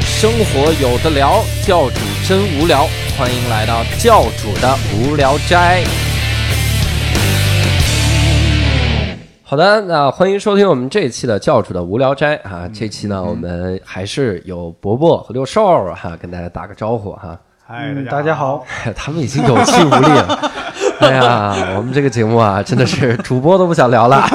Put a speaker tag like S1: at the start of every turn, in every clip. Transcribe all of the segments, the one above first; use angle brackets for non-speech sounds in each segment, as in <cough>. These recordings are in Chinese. S1: 生活有的聊，教主真无聊，欢迎来到教主的无聊斋。好的，那欢迎收听我们这一期的教主的无聊斋啊！这期呢，我们还是有伯伯和六兽儿哈、跟大家打个招呼哈、
S2: 嗨，
S3: 嗯大家好，
S1: <laughs> 他们已经有气无力了。哎呀，我们这个节目啊，真的是主播都不想聊了。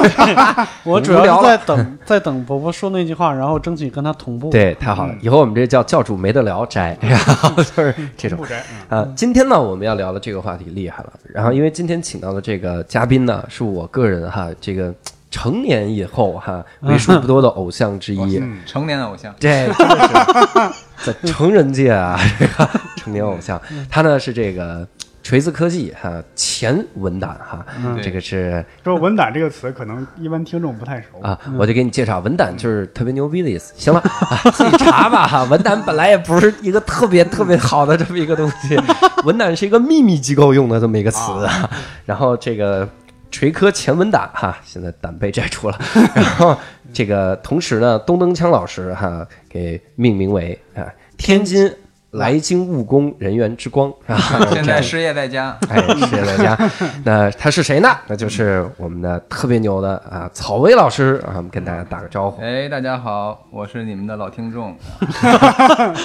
S3: 我主
S1: 无聊
S3: 要
S1: 了
S3: 是在等， <laughs> 在等伯伯说那句话，然后争取跟他同步。，
S1: 对，太好了，以后我们这叫教主没得聊斋，然后就是这种
S2: 木宅，
S1: 啊。今天呢，我们要聊的这个话题厉害了。然后，因为今天请到的这个嘉宾呢，是我个人哈，这个成年以后哈为数不多的偶像之一。
S2: 嗯，
S4: 成年的偶像，
S1: 对，真的是在成人界啊，这个成年偶像，他呢是这个锤子科技哈前文档哈，这个是
S2: 说文胆这个词，可能一般听众不太熟。
S1: 啊，我就给你介绍，文胆就是特别牛逼的意思。行了，啊、 <laughs> 自己查吧哈。文胆本来也不是一个特别特别好的这么一个东 <laughs> 西，文胆是一个秘密机构用的这么一个词。啊、然后这个锤科前文胆哈，现在胆被摘除了。 <laughs> 然后这个同时呢，东登枪老师哈给命名为啊天津来京务工人员之光 <laughs> 啊。
S4: 现在失业在家，
S1: 哎，谢谢大家。
S3: <laughs>
S1: 那他是谁呢？那就是我们的特别牛的啊，草薇老师啊，我们跟大家打个招呼。
S4: 哎，大家好，我是你们的老听众，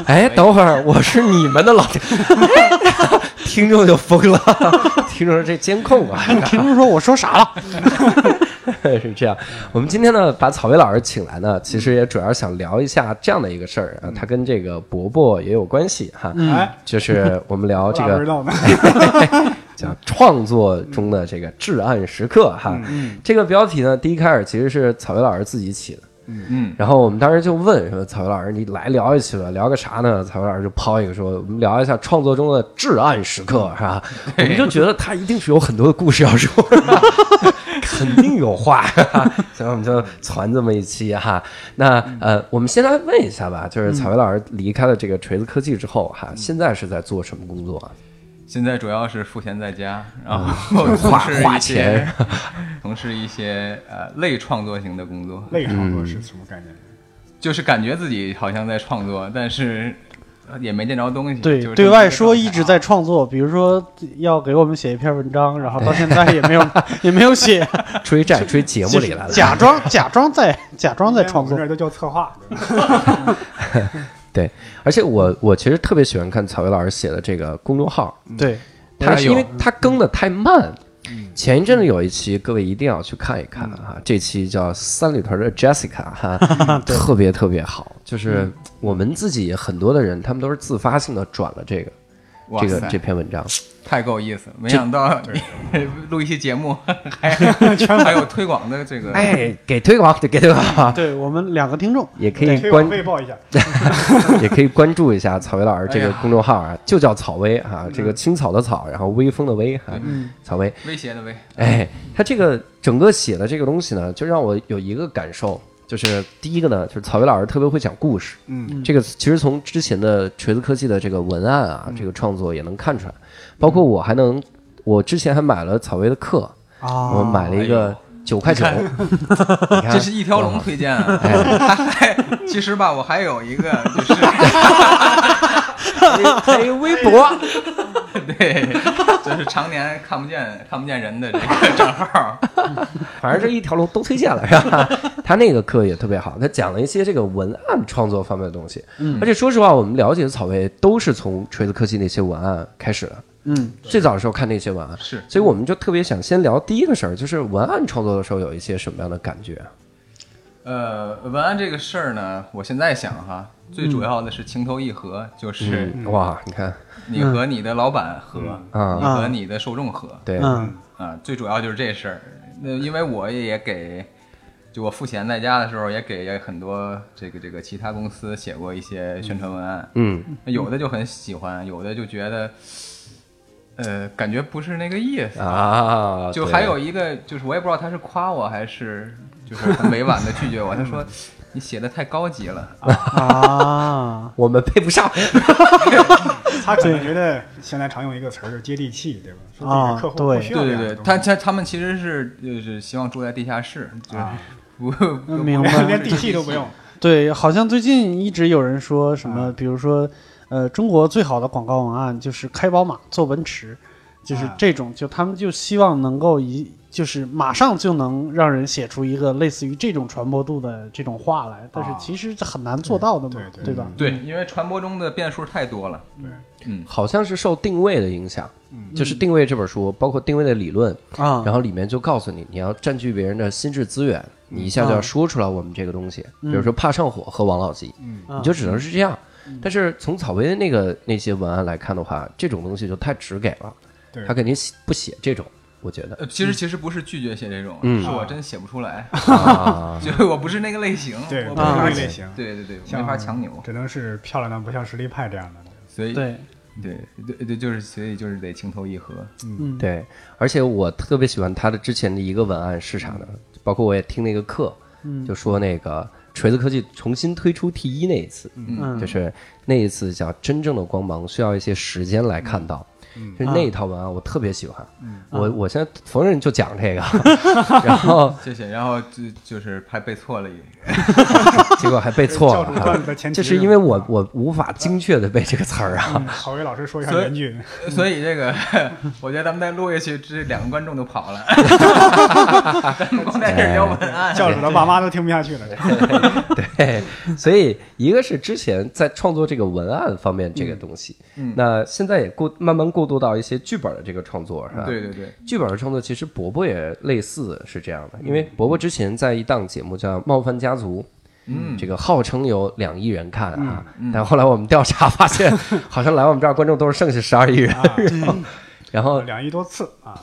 S1: 哎，等会儿我是你们的老听， <laughs> 听众就疯了，听众说这监控啊，
S3: 哎听众说我说啥了？
S1: <laughs> 是这样。我们今天呢，把草薇老师请来呢，其实也主要是想聊一下这样的一个事儿啊，它跟这个伯伯也有关系哈，
S3: 嗯
S2: 哎，
S1: 就是我们聊
S2: 我
S1: 这
S2: 咋
S1: 个哎
S2: 不知道呢？
S1: <laughs> 叫创作中的这个至暗时刻哈。这个标题呢，第一开始其实是草薇老师自己起的，
S4: 嗯，
S1: 然后我们当时就问说：“草薇老师，你来聊一期吧，聊个啥呢？”草薇老师就抛一个说：“我们聊一下创作中的至暗时刻，是吧？”我们就觉得他一定是有很多的故事要说，是吧肯定有话，是吧所以我们就攒这么一期哈。那呃，我们先来问一下吧，就是草薇老师离开了这个锤子科技之后哈，现在是在做什么工作啊？
S4: 现在主要是赋闲在家，
S3: 嗯
S4: 然后从
S1: 花
S4: 事
S1: 花
S4: 一些
S1: 钱，
S4: <laughs> 从事一些呃类创作型的工作，嗯
S2: 类创作是什么概念？
S4: 就是感觉自己好像在创作，但是呃也没见着东西。
S3: <laughs> 对
S4: 就是，这
S3: 对
S4: 么一个
S3: 外说
S4: 状态
S3: 一直在创作，比如说要给我们写一篇文章，然后到现在也没有
S1: <laughs>
S3: 也没有写，
S1: 追债追节目里来
S3: 就
S1: 了
S3: 是。假装假装在假装在创
S2: 今
S3: 作
S2: 天我们这。儿都叫策划，
S1: 对，而且我我其实特别喜欢看草薇老师写的这个公众号，
S3: 对，
S1: 它是因为
S4: 哎
S1: 它更的太慢。前一阵子有一期，各位一定要去看一看啊！这期叫《三里屯的 Jessica》哈，特别特别好。就是我们自己很多的人，他们都是自发性的转了这个
S4: 哇
S1: 这个
S4: 塞
S1: 这篇文章。
S4: 太够意思了，没想到你 <laughs> 录一期
S1: <laughs>
S4: 节目还还有推广的这个，
S1: 哎，给推广，给推
S2: 嗯
S1: 广，
S3: 对我们两个听众，
S1: 也可以
S2: 推
S1: 关
S2: 广汇报一下。
S1: <laughs> 也可以关注一下草薇老师这
S4: 哎
S1: 个
S4: 呀
S1: 公众号啊，就叫草薇
S2: 嗯
S1: 啊，这个青草的草，然后微风的微哈，草薇。
S4: 威胁的威，
S1: 哎，他这个整个写的这个东西呢，就让我有一个感受，就是第一个呢，就是草薇老师特别会讲故事。
S2: 嗯，
S1: 这个其实从之前的锤子科技的这个文案
S2: 嗯
S1: 啊，这个创作也能看出来。包括我还能，我之前还买了草薇的课，
S3: 啊
S1: 我买了一
S2: 哎
S1: 个九块九，你看
S4: 这是一条龙推荐啊！
S1: 哎
S4: 还 <laughs> 其实吧，我还有一个就是 <laughs>
S1: 还有微
S2: 哎
S1: 博，
S4: 对，就是常年看不见看不见人的这个
S1: <laughs>
S4: 账号，
S1: 反正这一条龙都推荐了，是吧？ <laughs> 他那个课也特别好，他讲了一些这个文案创作方面的东西。
S4: 嗯
S1: 而且说实话，我们了解的草薇都是从锤子科技那些文案开始的。
S3: 嗯，
S1: 最早的时候看那些文案，
S4: 是
S1: 所以我们就特别想先聊第一个事儿，就是文案创作的时候有一些什么样的感觉？
S4: 呃，文案这个事儿呢，我现在想哈，最主要的是情投意合，就是
S1: 嗯哇，你看，
S4: 你和你的老板合，
S1: 嗯
S4: 你和你的受众合，
S1: 对，
S3: 嗯
S4: 啊，最主要就是这事儿。那因为我也给，就我付钱在家的时候，也给很多这个这个其他公司写过一些宣传文案。
S1: 嗯，
S4: 有的就很喜欢，有的就觉得，呃，感觉不是那个意思。
S1: 啊，
S4: 就
S1: 对，
S4: 还有一个，就是我也不知道他是夸我还是就是很委婉的拒绝我。他说你写的太高级了，
S3: 啊
S1: 我们配不上，
S2: 他可能觉得现在常用一个词儿就是接地气，对吧？说自己
S1: 啊
S2: 的客户不需要
S4: 对啊对
S2: 这样
S4: 对
S2: 的，东西
S4: 他他他们其实是就是希望住在地下室，就是
S2: 啊
S4: 不
S3: 明
S4: 不
S3: 白
S2: 连地气都不用。
S3: 对，好像最近一直有人说什
S2: 啊
S3: 么，比如说，呃，中国最好的广告文案就是开宝马做奔驰，就是
S2: 啊
S3: 这种，就他们就希望能够一就是马上就能让人写出一个类似于这种传播度的这种话来，但是
S2: 啊
S3: 其实这很难做到的嘛，
S2: 对对嗯
S3: 吧？
S4: <laughs> 对，因为传播中的变数太多了。
S2: 对，
S4: 嗯，
S1: 好像是受定位的影响，就是定位这本书，包括定位的理论，
S3: 嗯啊，
S1: 然后里面就告诉你，你要占据别人的心智资源，
S3: 嗯
S1: 你一下就要说出来我们这个东西。比如说怕上火和王老吉，
S2: 嗯
S3: 啊
S1: 你就只能是这样。
S3: 嗯
S1: 但是从草薇那个那些文案来看的话，这种东西就太直给了，
S2: 对
S1: 他肯定写不写这种，我觉得
S4: 呃，其实其实不是拒绝写这种，
S1: 嗯
S4: 是我真写不出来，
S1: 啊，
S4: <laughs> 就是我不是那个类型，我
S2: 对，不
S4: 不
S2: 是
S4: 是
S2: 那
S4: 那
S2: 个
S4: 个
S2: 类
S4: 类型，
S2: 型，
S4: 对对对，
S2: 像
S4: 没法强扭，
S2: 只能是漂亮的不像实力派这样的。
S4: 所以
S3: 对，
S4: 对对对，就是所以就是得情投意合，
S3: 嗯，
S1: 对，而且我特别喜欢他的之前的一个文案是啥呢？包括我也听那个课，
S3: 嗯
S1: 就说那个锤子科技重新推出 T 一那一次，
S3: 嗯
S1: 就是那一次叫真正的光芒需要一些时间来看到。
S2: 嗯
S1: 就是那一套文案，我特别喜欢。
S2: 嗯
S1: 我我现在逢人就讲
S2: <laughs>
S1: 这个， <laughs> 然后
S4: 谢谢。然后就就是还背错了一个，
S1: 结果还背错
S2: 教主段
S1: 了
S2: 子。的前提
S1: 这是因为我我无法精确的背这个词儿啊。
S2: 嗯郝伟老师说一
S4: <laughs>
S2: 下
S4: 所以
S2: 原句，
S4: 所以这个我觉得咱们再录下去，这两个观众都跑了， <laughs> 咱们光在
S1: 哎
S4: 这儿聊文案，
S2: 教主的爸妈都听不下去了。嗯
S1: 对，所以一个是之前在创作这个文案方面这个东西，
S4: 嗯嗯
S1: 那现在也过慢慢过渡到一些剧本的这个创作，是吧？
S4: 对对对，
S1: 剧本的创作其实伯伯也类似是这样的，因为伯伯之前在一档节目叫《冒犯家族》，
S4: 嗯
S1: 这个号称有两亿人看啊，
S4: 嗯嗯
S1: 但后来我们调查发
S4: <laughs>
S1: 现，好像来我们这儿观众都是剩下十二亿人，
S4: 啊
S1: <laughs> 然后
S2: 两亿多次
S4: <laughs>
S2: 啊，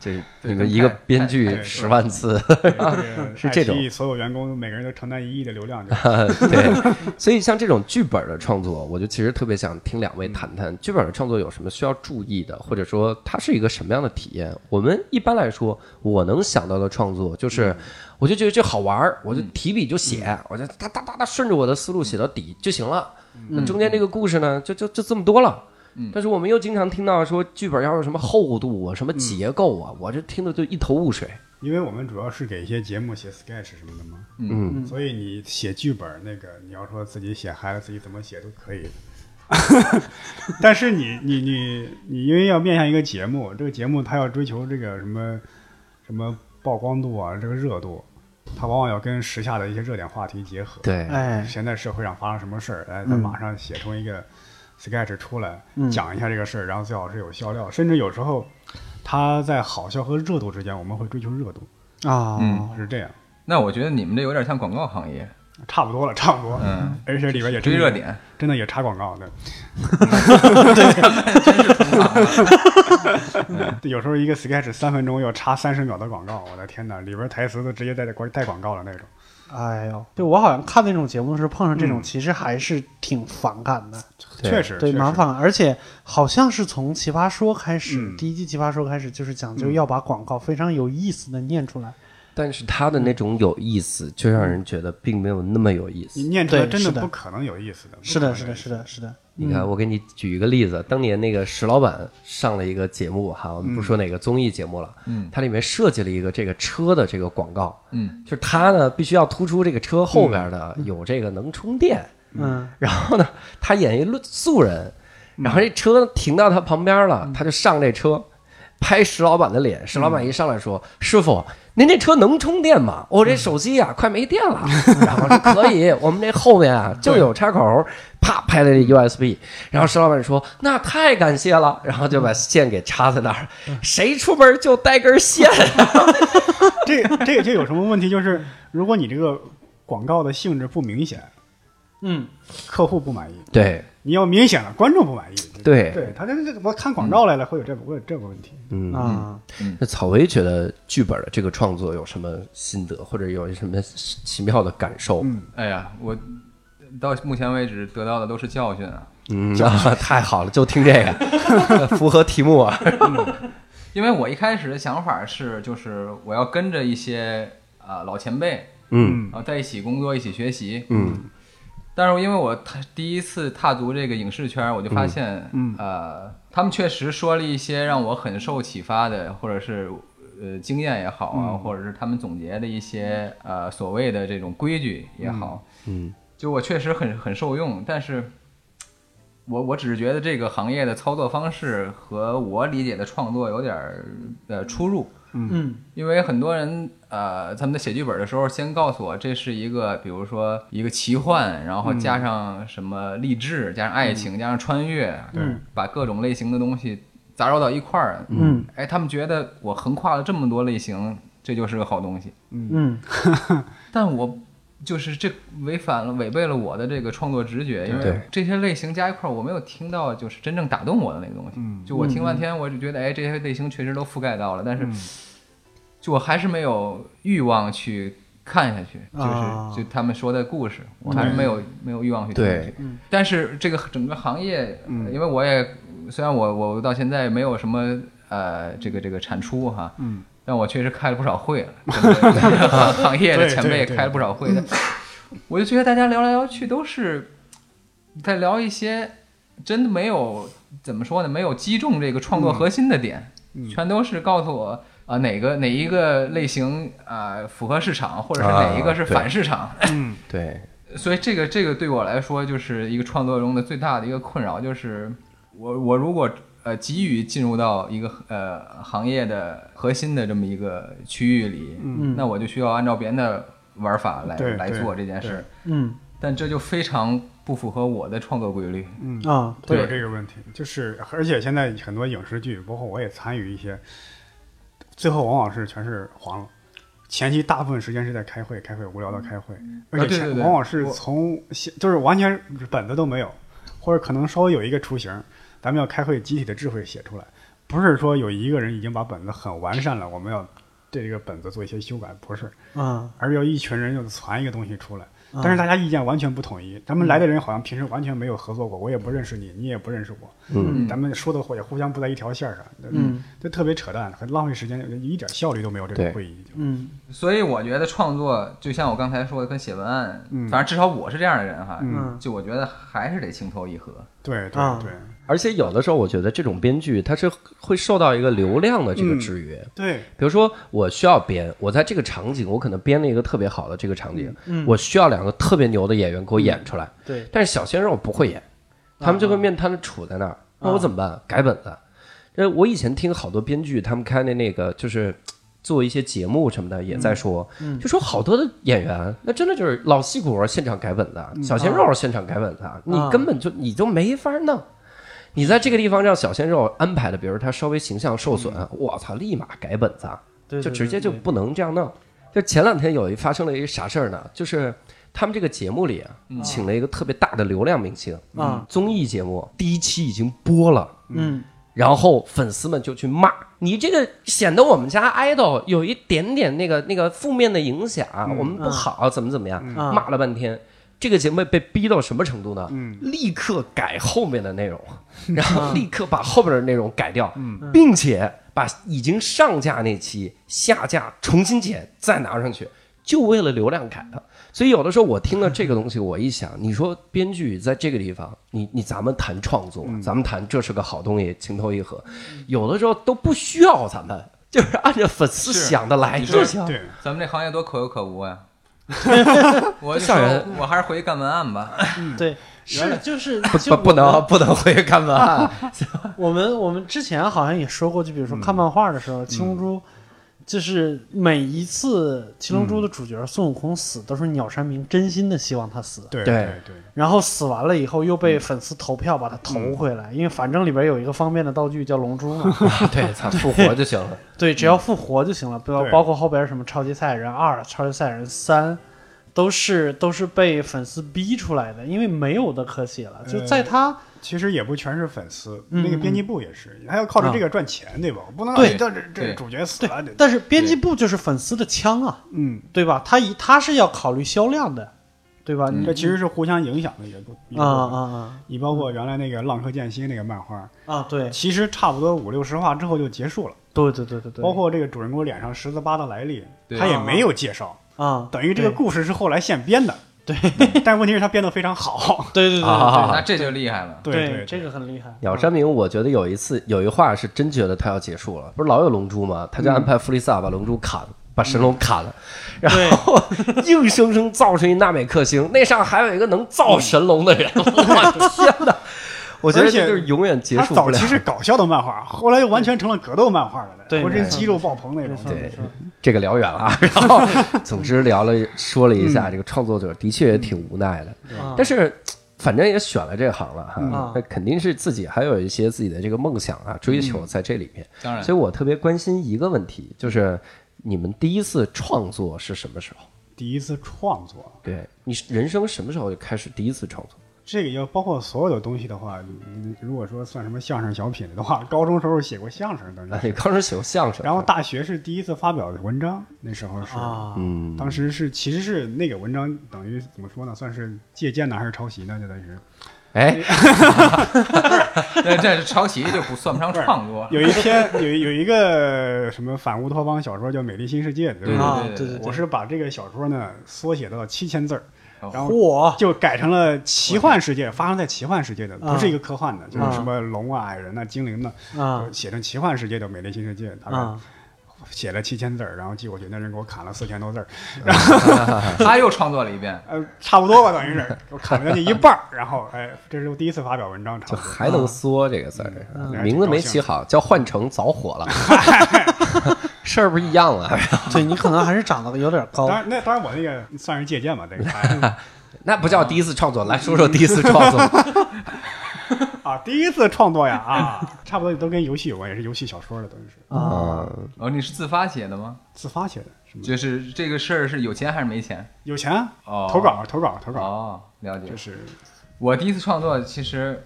S1: 这
S4: 对哎
S1: 你们一个编
S2: 太
S1: 剧
S2: 太
S1: 十万次，
S2: 对这个
S1: 是这种
S2: 爱奇艺所有员工每个人都承担一亿的流量，就
S1: 呃对，所以像这种剧本的创作，我就其实特别想听两位谈谈剧本的创作有什么需要注意的，或者说它是一个什么样的体验。我们一般来说，我能想到的创作就是，我就觉得这好玩儿，我就提笔就写，我就哒哒哒哒顺着我的思路写到底就行了。那中间这个故事呢，就就就这么多了。但是我们又经常听到说剧本要有什么厚度啊，什么结构啊，我这听的就一头雾水。
S2: 因为我们主要是给一些节目写 sketch 什么的嘛，
S1: 嗯，
S2: 所以你写剧本那个，你要说自己写嗨了，自己怎么写都可以的。但是你你你你，因为要面向一个节目，这个节目它要追求这个什么什么曝光度啊，这个热度，它往往要跟时下的一些热点话题结合。
S1: 对，
S3: 哎，
S2: 现在社会上发生什么事儿，哎，咱马上写成一个 sketch 出来，
S3: 嗯
S2: 讲一下这个事儿，然后最好是有笑料，甚至有时候它在好笑和热度之间，我们会追求热度，
S3: 啊，
S4: 嗯
S2: 是这样，
S4: 那我觉得你们这有点像广告行业，
S2: 差不多了，差不多，
S4: 嗯，
S2: 而且里边也哎真
S4: 追
S2: 的
S4: 热，点，
S2: 真的也插广告的，对，有时候一个 sketch 三分钟要插三十秒的广告，我的天哪，里边台词都直接带广带广告了那种，
S3: 哎呦，就我好像看那种节目的时候碰上这
S2: 嗯
S3: 种，其实还是挺反感的。
S1: 对
S2: 确实，
S3: 对，
S2: 确
S3: 蛮
S2: 实
S3: 反，而且好像是从《奇葩说》开始，
S2: 嗯
S3: 第一季《奇葩说》开始就是讲究要把广告非常有意思的念出来。
S1: 但是他的那种有意思，就让人觉得并没有那么有意思
S2: 你。念出来
S3: 对
S2: 真
S3: 是
S2: 的
S3: 的
S2: 不可能有意思的，
S3: 是
S2: 不
S3: 的，
S2: 可
S3: 是
S2: 能
S3: 的，
S2: 有意思
S3: 是的，是的。
S1: 你看，我给你举一个例子，当年那个石老板上了一个节目哈，我们不说哪个综艺节目了，
S4: 嗯
S1: 它里面设计了一个这个车的这个广告，
S4: 嗯，
S1: 就是它呢必须要突出这个车后边的有这个能充电，
S3: 嗯，
S1: 然后呢，他演一路素人，然后这车停到他旁边了，他就上这车，拍石老板的脸。石老板一上来说：“师傅，您这车能充电吗？我这手机啊，快没电了。”然后说：“可以，我们这后面啊就有插口。”啪拍了这 USB，然后石老板说：“那太感谢了。”然后就把线给插在那儿，谁出门就带根线。
S2: 这这这有什么问题？就是如果你这个广告的性质不明显，
S3: <laughs> 嗯，
S2: 客户不满意；
S1: 对
S2: 你要明显了，观众不满意。
S1: 对，
S2: 对他这这我看广告来了，会有这会有这个问题。
S1: 嗯
S3: 啊，
S1: 那草薇觉得剧本的这个创作有什么心得，或者有什么奇妙的感受？
S2: 嗯
S4: 哎呀，我到目前为止得到的都是教训啊，
S1: 嗯，啊太好了，就听这个， <laughs> 符合题目啊。
S4: 因为我一开始的想法是，就是我要跟着一些啊、老前辈，
S1: 嗯
S4: 然后在一起工作，一起学习，
S1: 嗯
S4: 但是因为我踏第一次踏足这个影视圈，我就发
S1: 嗯
S4: 现，嗯，呃，他们确实说了一些让我很受启发的，或者是呃经验也好
S1: 嗯
S4: 啊，或者是他们总结的一些呃所谓的这种规矩也好，
S1: 嗯，
S4: 就我确实很很受用，但是。我我只是觉得这个行业的操作方式和我理解的创作有点儿呃出入，
S3: 嗯
S4: 因为很多人呃，他们在写剧本的时候，先告诉我这是一个，比如说一个奇幻，然后加上什么励志，加上爱情，加上穿越，
S2: 对
S3: 嗯
S4: 把各种类型的东西杂糅到一块儿。
S3: 嗯
S4: 哎，他们觉得我横跨了这么多类型，这就是个好东西。
S3: 嗯
S4: 但我就是这违反了、违背了我的这个创作直觉，因为
S1: 对
S4: 这些类型加一块儿，我没有听到就是真正打动我的那个东西。
S2: 嗯
S4: 就我听半天，我就觉得哎，这些类型确实都覆盖到了，但是、就我还是没有欲望去看下去，就是、
S3: 啊
S4: 就他们说的故事，我还是没有、没有欲望去听下去
S1: 对。
S3: 嗯
S4: 但是这个整个行业，呃因为我也虽然我我到现在没有什么呃这个这个产出哈，
S2: 嗯，
S4: 但我确实开了不少会了，整个 <laughs> 行行业的
S2: 对
S4: 前
S2: 对
S4: 辈
S2: 对
S4: 开了不少会，但我就觉得大家聊来聊去都是在聊一些真的没有怎么说呢，没有击中这个创
S2: 嗯
S4: 作核心的点，全都是告诉我啊、哪个哪一个类型啊、符合市场，或者是哪一个是
S1: 啊对
S4: 反市场，
S2: 嗯
S1: 对，
S4: 所以这个这个对我来说就是一个创作中的最大的一个困扰，就是我我如果呃急于进入到一个呃行业的核心的这么一个区域里，
S3: 嗯
S4: 那我就需要按照别人的玩法来
S2: 对
S4: 来
S2: 对
S4: 做这件事，
S3: 嗯
S4: 但这就非常不符合我的创作规律。
S2: 嗯
S3: 啊，
S2: 会有
S4: 对
S2: 这个问题，就是而且现在很多影视剧，包括我也参与一些，最后往往是全是黄了。前期大部分时间是在开会，开会无聊到开会，而
S4: 嗯啊
S2: 且
S4: 对
S2: 前
S4: 对对
S2: 往往是
S4: 我
S2: 从先就是完全本子都没有，或者可能稍微有一个雏形，咱们要开会集体的智慧写出来，不是说有一个人已经把本子很完善了，我们要对这个本子做一些修改，不是，
S3: 啊，
S2: 而是要一群人就传一个东西出来。
S3: 嗯
S2: 但是大家意见完全不统一，咱们来的人好像平时完全没有合作过，我也不认识你，你也不认识我，
S1: 嗯
S4: 嗯
S2: 咱们说的话也互相不在一条线上，
S3: 嗯，
S2: 这特别扯淡，很浪费时间，一点效率都没有。这个
S1: 对
S2: 会议就，
S3: 嗯
S4: 所以我觉得创作就像我刚才说的，跟写文案，
S2: 嗯
S4: 反正至少我是这样的人哈，
S3: 嗯
S4: 就我觉得还是得情投意合。
S2: 对
S3: 啊
S2: 对对
S1: 而且有的时候我觉得这种编剧他是会受到一个流量的这个
S2: 嗯
S1: 制约，
S2: 对，
S1: 比如说，我需要编，我在这个场景，我可能编了一个特别好的这个场景，
S3: 嗯嗯
S1: 我需要两个特别牛的演员给我演出来。
S3: 对，啊
S1: 但是小鲜肉不会演，他们就会面瘫的杵在那儿，那我怎么办？改本子。这我以前听好多编剧他们开的那个就是。做一些节目什么的也在说，
S3: 嗯
S1: 就说好多的演员，那真的就是老戏骨现场改本子，
S3: 嗯
S1: 小鲜肉现场改本子，
S3: 啊
S1: 你根本就你就没法弄。你在这个地方让小鲜肉安排的，比如他稍微形象受损，
S3: 嗯
S1: 我操，立马改本子，啊
S3: 对
S1: 就
S3: 对
S1: 直接就
S3: 对
S1: 不能这样弄。就前两天有一发生了一个啥事儿呢？就是他们这个节目里啊，
S3: 嗯
S1: 请了一个特别大的流量明星
S3: 啊，
S1: 综艺节目第一期已经播了，
S3: 嗯
S1: 然后粉丝们就去骂你这个，显得我们家 idol 有一点点那个那个负面的影响，啊
S3: 嗯
S1: 我们不好，怎么怎么样，
S3: 啊
S1: 骂了半天。这个节目被逼到什么程度呢？
S2: 嗯
S1: 立刻改后面的内
S3: <laughs>
S1: 容，然
S3: 嗯
S1: 后立刻把后面的内容改掉，并且把已经上架那期下架重新剪，再拿上去，就为了流量改的。所以有的时候我听了这个东西，我一想，你说编剧在这个地方，你你咱们谈创作，咱们谈这是个好东西，情投意合，有的时候都不需要咱们，就是按照粉丝
S4: 是
S1: 想的来
S4: 你
S1: 就
S4: 说
S1: 行。
S3: 啊
S2: 对，
S4: 咱们这行业多可有可无
S2: <laughs>
S4: 呀、我就
S1: 吓
S4: 说
S1: 人，
S4: 我还是回去干文案吧。
S3: 对，是就是
S1: 不
S3: 就
S1: 不不能不能回去看文案，
S3: 我们我们之前好像也说过，就比如说看漫画的时候，七龙珠就是每一次七龙珠的主角孙悟空死，都是鸟山明真心的希望他死，
S2: 对
S1: 对
S2: 对对，
S3: 然后死完了以后又
S2: 嗯
S3: 被粉丝投票把他投回来，因为反正里边有一个方便的道具叫龙珠嘛，
S2: <laughs>
S1: 对，操，复活就行了。
S3: 对，只要复活就行了，不要
S2: 对
S3: 包括后边什么超级赛亚人二、超级赛亚人三。都是都是被粉丝逼出来的，因为没有的可写
S2: 嗯
S3: 了。就在他、
S2: 其实也不全是粉丝，
S3: 嗯啊
S2: 那个编辑部也是，还要靠着这个赚钱，对吧？不能
S3: 对
S2: 让这这这
S4: 对
S2: 主角死了，得
S3: 但是编辑部就是粉丝的枪啊，
S2: 嗯，
S3: 对吧？他一他是要考虑销量的，对吧？你
S2: 这其实是互相影响的一个一个
S3: 啊
S2: 过程。
S3: 嗯啊啊
S2: 你包括原来那个《浪客剑心》那个漫画，
S3: 啊！对
S2: 其实差不多五六十话之后就结束了，
S3: 对对对对对，
S2: 包括这个主人公脸上十字疤的来历，
S4: 对
S2: 他也没有介绍，
S3: 啊，
S2: 等于这个
S3: 对
S2: 故事是后来现编的。
S3: 对
S2: <laughs> 但问题是他编得非常好。
S3: 对对对
S1: 啊
S3: <laughs> 对
S4: 那这就厉害了。
S2: 对对，
S3: 这个很厉害。
S1: 鸟山明，我觉得有一次有一话是真觉得他要结束了，不是老有龙珠吗？他就安排弗利萨把龙珠砍，把神龙砍了，然后 <laughs> 硬生生造成一纳美克星。那上还有一个能造神龙的
S2: <laughs>
S1: 人，我天哪！我觉得
S2: 而且
S1: 这就是永远结
S2: 他
S1: 束不
S2: 早
S1: 了
S2: 期。是搞笑的漫画，后来又完全成了格斗漫画了，
S3: 对
S2: 浑
S3: 没
S2: 身
S3: 错
S2: 肌肉爆棚那种。
S1: 对，这个聊远了啊。然 <laughs> 后，总之聊了说了一
S2: 嗯
S1: 下，这个创作者的确也挺无奈的。但
S3: 是
S1: 是反正也选了这行了
S2: 嗯
S1: 哈，那肯定是自己还有一些自己的这个梦想啊、追
S2: 嗯
S1: 求在这里面。
S4: 当然
S1: 所以我特别关心一个问题，就是你们第一次创作是什么时候？
S2: 第一次创作，
S1: 对你人生什么时候就开始第一次创作？
S2: 这个要包括所有的东西的话，你你如果说算什么相声小品的话，高中时候写过相声的，
S1: 啊，你刚才写过相声，
S2: 然后大学是第一次发表的文章，那时候是，
S3: 啊，
S1: 嗯，
S2: 当时是其实是那个文章等于怎么说呢，算是借鉴呢还是抄袭呢？就等于
S3: <laughs>
S2: 是
S1: 哎，
S4: 这这是抄袭就不算不上创作了。
S2: 有一篇 <laughs> 有一有一个什么反乌托邦小说叫《美丽新世界》，对吧？
S3: 啊，
S4: 对对
S3: 对
S4: 对
S3: 对，
S2: 我是把这个小说呢缩写到七千字儿，
S4: 哦
S2: 然后
S3: 火
S2: 就改成了奇幻世界，发生在奇幻世界的，
S3: 啊
S2: 不是一个科幻的，就
S3: 啊
S2: 是什么龙啊、矮人呐、精灵呐，
S3: 啊
S2: 就写成奇幻世界的《美丽新世界》，大概
S3: 啊，
S2: 写了七千字儿，然后寄过去，那人给我砍了四千多
S3: 啊
S2: 字儿，
S4: 他又创作了一遍，
S2: 呃，差不多吧，等于是给我砍了将近一半儿，然后哎，这是我第一次发表文章，差
S1: 就
S2: 不多。
S1: 还能缩这个字儿，啊
S2: 嗯嗯
S1: 名字没起好，叫幻城早火了，事儿不一样啊了。
S3: 对你可能还是长得有点高
S2: 当。然，那当然我那个算是借鉴吧，这个反正
S1: <laughs> 那不叫第一次创作，来说说第一次创作。
S2: 啊，第一次创作呀啊，差不多都跟游戏有关，也是游戏小说的，等于是
S1: 啊，
S4: 哦，你是自发写的吗？
S2: 自发写的，什么
S4: 就是这个事儿是有钱还是没钱？
S2: 有钱啊
S4: 哦，
S2: 投稿投稿投稿，
S4: 哦，了解
S2: 就。是
S4: 我第一次创作，其实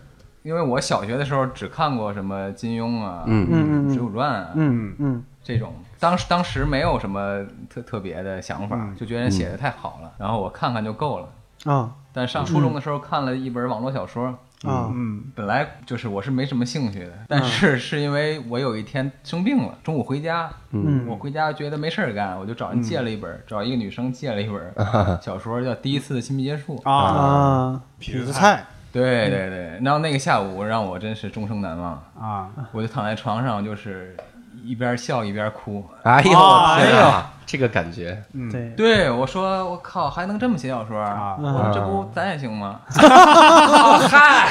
S4: 因为我小学的时候只看过什么金庸啊，
S1: 嗯
S3: 嗯
S4: 《
S3: 嗯
S4: 水浒传》啊
S3: 嗯嗯
S4: 这种，当时当时没有什么特特别的想法
S2: 嗯，
S4: 就觉得写的太好了，然后我看看就够了。
S3: 嗯啊
S4: 但上初中的时候看了一本网络小说，
S3: 啊
S2: 嗯
S4: 本来就是我是没什么兴趣的，但是是因为我有一天生病了，中午回家，
S3: 嗯
S4: 我回家觉得没事儿干，我就找人借了一
S2: 嗯
S4: 本，找一个女生借了一本
S2: <laughs>
S4: 小说，叫《第一次的亲密接触》。
S2: 啊
S3: 啊，痞子菜
S4: 对对对，然后那个下午让我真是终生难忘，
S2: 啊，
S4: 我就躺在床上，就是一边笑一边哭。
S1: 哎呦，我
S2: 哎
S1: 天
S2: 呦
S1: 呀，这个感觉，
S2: 嗯
S3: 对
S4: 对我说，我靠，还能这么写小说
S2: 啊
S4: 我说这不咱也行
S2: <laughs>
S4: 吗？哦
S1: 嗨，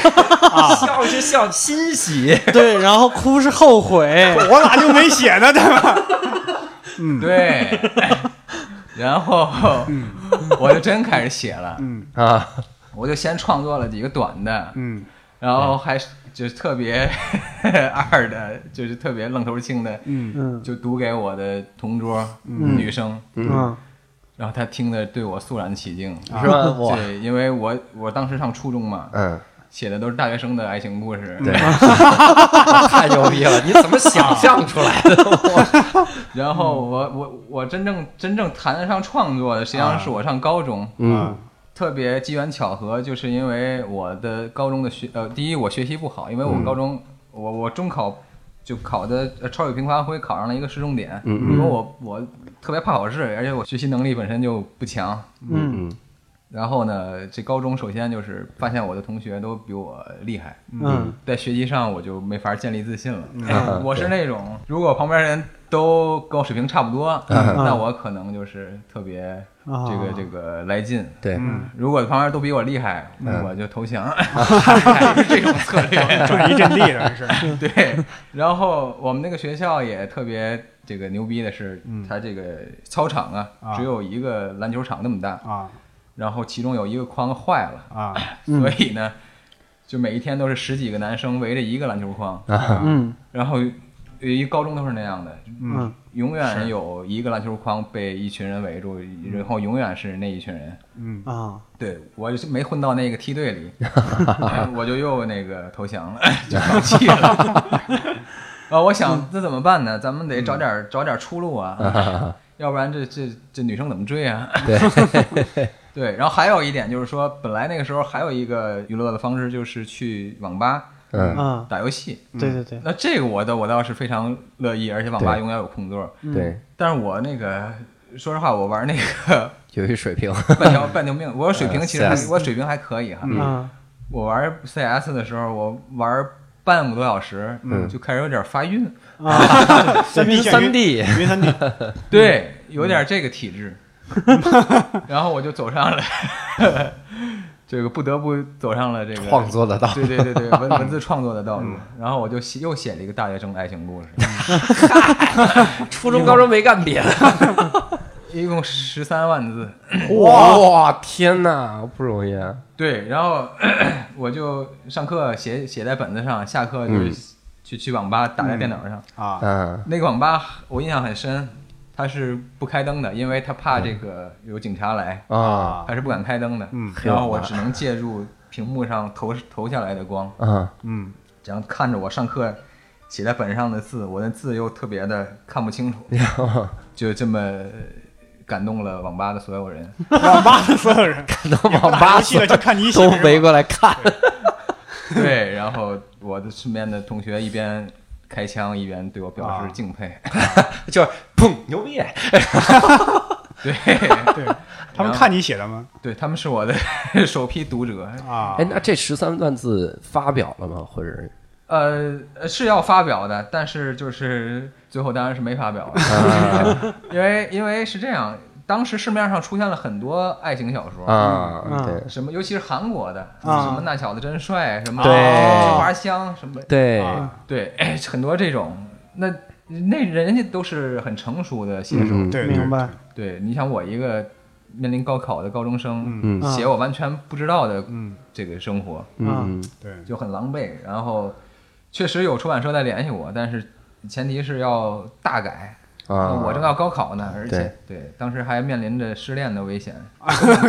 S2: 啊
S1: 笑是笑欣喜，
S3: 对，然后哭是后悔，
S2: 我咋就没写呢？对吧？ <laughs>
S4: <laughs> 对，然后我就真开始写了，
S2: 嗯
S1: 啊，
S4: 我就先创作了几个短的，
S2: 嗯
S4: 然后还是就是特别 <laughs> 二的，就是特别愣头青的，
S2: 嗯
S3: 嗯
S4: 就读给我的同桌女生，
S3: 嗯
S4: 然后她听的对我肃然起敬。
S1: 啊是吧？我，
S4: 对，因为我我当时上初中嘛，
S1: 嗯，
S4: 写的都是大学生的爱情故事。
S1: 对，
S2: 嗯
S1: 嗯太牛逼了！你怎么想象出来的？
S4: 然后
S2: 嗯
S4: 我我我真正真正谈得上创作的，实际
S2: 啊
S4: 上是我上高中，
S1: 嗯
S4: 特别机缘巧合，就是因为我的高中的学呃，第一我学习不好，因为我高
S1: 嗯
S4: 中、我我中考就考的呃超有平发挥，考上了一个十重点，
S1: 嗯
S4: 因为我我特别怕考试，而且我学习能力本身就不强。
S3: 嗯
S1: 嗯
S4: 然后呢，这高中首先就是发现我的同学都比我厉害，
S3: 嗯
S4: 在学习上我就没法建立自信了。哎
S1: 嗯
S4: 我是那种，如果旁边人都跟我水平差不多，
S1: 嗯
S4: 那我可能就是特别
S3: 啊
S4: 这个这个来劲。
S1: 对，
S2: 嗯，
S4: 如果旁边都比我厉害，我就投降， <laughs> 是这种策略。
S2: 转移阵地等于是，
S4: <laughs> 对，然后我们那个学校也特别这个牛逼的是，它这个操场啊，
S2: 啊
S4: 只有一个篮球场那么大，
S2: 啊
S4: 然后其中有一个框坏了，
S2: 啊
S3: 嗯
S4: 所以呢，就每一天都是十几个男生围着一个篮球框，
S1: 啊
S3: 嗯
S4: 然后一高中都是那样的，
S3: 嗯
S4: 永远有一个篮球框被一群人围住，然后永远是那一群人。
S2: 嗯
S3: 啊
S4: 对我就是没混到那个梯队里，哎我就又那个投降了， <laughs> 就放弃了。啊，我想那怎么办呢？咱们得找点找点出路啊，要不然这这这女生怎么追啊？对，然后还有一点就是说，本来那个时候还有一个娱乐的方式，就是去网吧
S1: 嗯，
S3: 啊，
S4: 打游戏。
S3: 对对对，
S4: 那这个我倒我倒是非常乐意，而且网吧
S1: 对
S4: 永远有空座。
S1: 对，
S4: 但是我那个说实话，我玩那个 <laughs>
S1: 有一水平，
S4: 半条半条命，我水平其实还
S1: 呃，CS
S4: 我水平还可以哈。
S3: 啊，
S4: 我玩 CS 的时候，我玩半个多小时，
S1: 嗯
S4: 就开始有点发晕，
S3: 啊，三
S2: 明
S3: 明
S2: 显
S3: 三
S2: 于
S1: D
S2: 因为他那
S4: 对，嗯有点这个
S1: <laughs>
S4: 体质。然后我就走上了 <laughs> 这个不得不走上了这个
S1: 创作的嗯道
S4: 对对对对，
S1: <laughs>
S4: 文文字创作的道路。然后我就写又写了一个大学生爱情故事，
S1: 初中、高中没干别的。
S4: 一共十三万字。
S1: 哇哇，天哪，不容易啊！
S4: 对，然后 <coughs> 我就上课写写在本子上，下课就是
S1: 嗯
S4: 去、去网吧打在电脑上。
S2: 啊，
S1: 嗯，
S4: 那个网吧我印象很深，它是不开灯的，因为他怕这个有警察
S1: <laughs>
S4: 来，
S1: 啊
S4: 他是不敢开灯的。
S2: 嗯
S4: 然后我只能借助屏幕上投投下来的光，
S1: 啊
S2: 嗯， <laughs>
S4: 这样看着我上课写在本上的字，我的字又特别的看不
S1: <laughs>
S4: 清楚，就这么感动了网吧的所有人。
S2: 网吧的所有人，
S1: 看到 <laughs> 网
S2: 打
S1: 吧
S2: 游戏的就看你
S1: <laughs>
S2: 写
S1: 都
S2: 的是吧
S1: 围过来看，
S4: 对，然后我的身边的同学一边开枪一边对我表示敬佩。
S1: <laughs> 就是砰，牛逼！
S4: <laughs> 对，
S2: 对，他们看你写的吗？
S4: 对他们是我的 <laughs> 首批读者。
S2: 啊，
S1: 哎，那这十三万字发表了吗？或者是
S4: 呃，是要发表的，但是就是最后当然是没发表，
S1: 啊
S4: <laughs> 因为因为是这样，当时市面上出现了很多爱情小说。
S1: 啊，
S3: 嗯
S1: 对
S4: 什么，尤其是韩国的，
S2: 啊
S4: 什么那小子真帅，什么
S1: 对
S4: 芝华香，什么
S1: 对
S3: 嗯
S2: 啊
S4: 对，哎，很多这种，那那人家都是很成熟的写手，
S1: 嗯
S2: 对，对
S3: 明白，
S4: 对，你想我一个面临高考的高中生，
S2: 嗯
S1: 嗯
S3: 啊
S4: 写我完全不知道的
S2: 嗯，
S4: 这个生活，
S1: 嗯
S2: 对，
S4: 就很狼狈。然后确实有出版社在联系我，但是前提是要大改。
S1: 嗯啊，
S4: 我正要高考呢，而且对当时还面临着失恋的
S1: <laughs>
S4: 危险，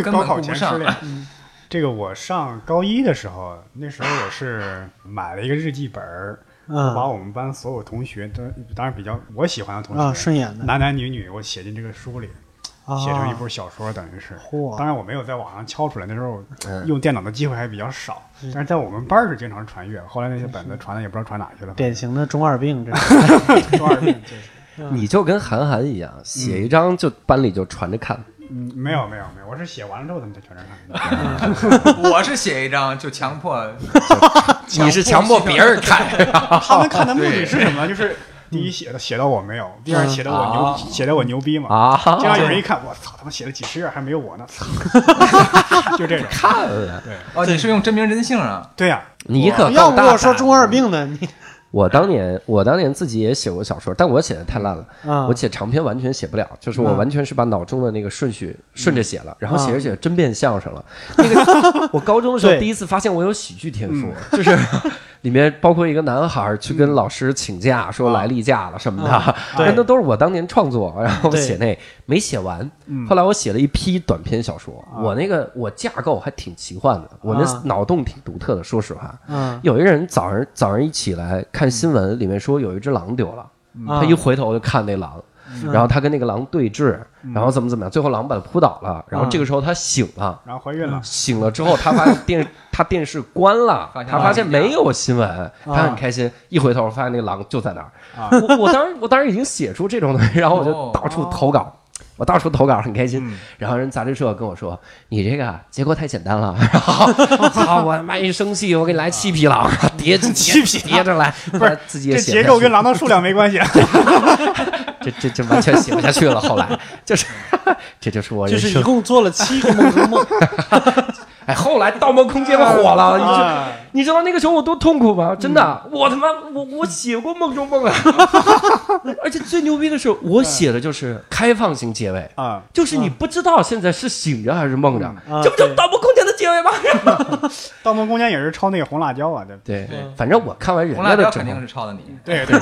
S4: 根
S2: <laughs> 高
S4: 本顾
S2: 考
S4: 不
S2: 前失
S4: 上。
S2: 恋。
S3: 嗯
S2: 这个我上高一的时候，那时候我是买了一个日记本儿，把
S3: 嗯
S2: 我们班所有同学都，当然比较我喜欢的同学，
S3: 啊，顺眼的，
S2: 男男女女，我写进这个书里，
S3: 啊
S2: 写成一部小说，等于是。
S3: 嚯
S2: 当然我没有在网上敲出来，那时候
S1: 嗯
S2: 用电脑的机会还比较少，但是在我们班儿是经常传阅。后来那些本子传的也不知道传哪去了，
S3: 典型的中二病，这是
S2: 多少遍
S3: <laughs>
S2: 就是
S1: 你就跟韩寒一样，写一张就班里就传着看，
S2: 嗯，没有没有没有，我是写完了之后他们才全传上。
S1: <laughs>
S4: 我是写一张就强迫，
S1: 你是嗯强迫别人看，
S2: <laughs> 他们看的目的
S4: 对
S2: 是什么？就是第一写的写到我没有，第二写的我牛，
S1: 啊
S2: 写的我牛逼嘛。
S1: 啊 <laughs>
S2: 这样有人一看，我操，他妈写了几十页还没有我呢，操，就这种。
S1: 看了。
S2: 对
S4: 哦，你是用真名真姓啊？
S2: 对呀、
S1: 你可够
S3: 要不
S1: 大
S3: 我说
S1: 胆
S3: 中二病呢，你
S1: 我当年，我当年自己也写过小说，但我写的太烂了，
S3: 啊，
S1: 我写长篇完全写不了，就是我
S3: 嗯
S1: 完全是把脑中的那个顺序顺着写了，然后写
S3: 啊
S1: 着写着真变相声了。那个 <laughs> 我高中的时候
S3: 对
S1: 第一次发现我有喜剧天
S2: 嗯
S1: 赋，就是里面包括一个男孩去跟老师请假，说来例假了什么 <laughs> 的，
S3: 嗯啊对
S1: 那都都是我当年创作， <laughs> 然后我
S3: 对嗯
S1: 写那没写完，后来我写了一批短篇小说，我那个我架构还挺奇幻的，我
S3: 啊
S1: 那脑洞挺独特的，说实话。
S3: 嗯，
S1: 有一人早上早上一起来看新闻，里面说有一只狼丢了，
S3: 啊
S1: 他一回头就看那狼，
S3: 嗯
S1: 然后他跟那个狼对峙，然后怎么怎么样，最后狼把他扑倒了，然后
S3: 啊
S1: 这个时候他醒了。
S2: 然后怀孕了，
S1: 醒了之后，他发现电 <laughs> 他电视关了，
S4: 发现
S1: 他发现没有新闻，他很开心。一回头发现那个狼就在那儿。
S2: 啊
S1: 我我当时我当时已经写出这种东西，然后 <laughs> 我
S4: 哦
S1: 就到处投稿，我到处投稿很开心。
S2: 嗯
S1: 然后人杂志社跟我说：“你这个啊结果太简单了。” <laughs> 然
S2: <laughs>
S1: 后操我他妈一生气，我给你来七匹狼，叠着
S2: 七匹狼
S1: 叠着来，不
S2: 是
S1: 自 <laughs> 己也
S2: 这
S1: 写不
S2: 结
S1: 下
S2: 构
S1: 去
S2: 跟狼的数量
S1: <laughs>
S2: 没关系。
S1: 这这这完全写不下去了。后来就是 <laughs> 这就是我
S3: 就
S1: 人
S3: 是一
S1: 生。
S3: 共做了七个梦中梦，
S1: 哎，后来《盗梦空间》火了，你知
S2: 啊
S1: 你知道那个时候我多痛苦吗？真的，
S4: 嗯
S1: 我他妈我我写过梦中
S4: <laughs>
S1: 梦啊！而且最牛逼的是，
S4: 嗯
S1: 我写的就是开放型结尾。
S2: 啊，
S1: 就是你不知道现在是醒着还是梦着，
S3: 嗯啊
S1: 这不就《
S3: 对
S1: 盗梦空间》的结尾吗？
S2: 《盗梦空间》也是抄那个红辣椒啊，对不对？
S1: 对
S4: 对，
S1: 反正我看完人
S4: 红
S1: 家
S4: 辣
S1: 的
S4: 椒
S1: 之
S4: 肯
S1: 后
S4: 定，是抄的你，
S2: 对对，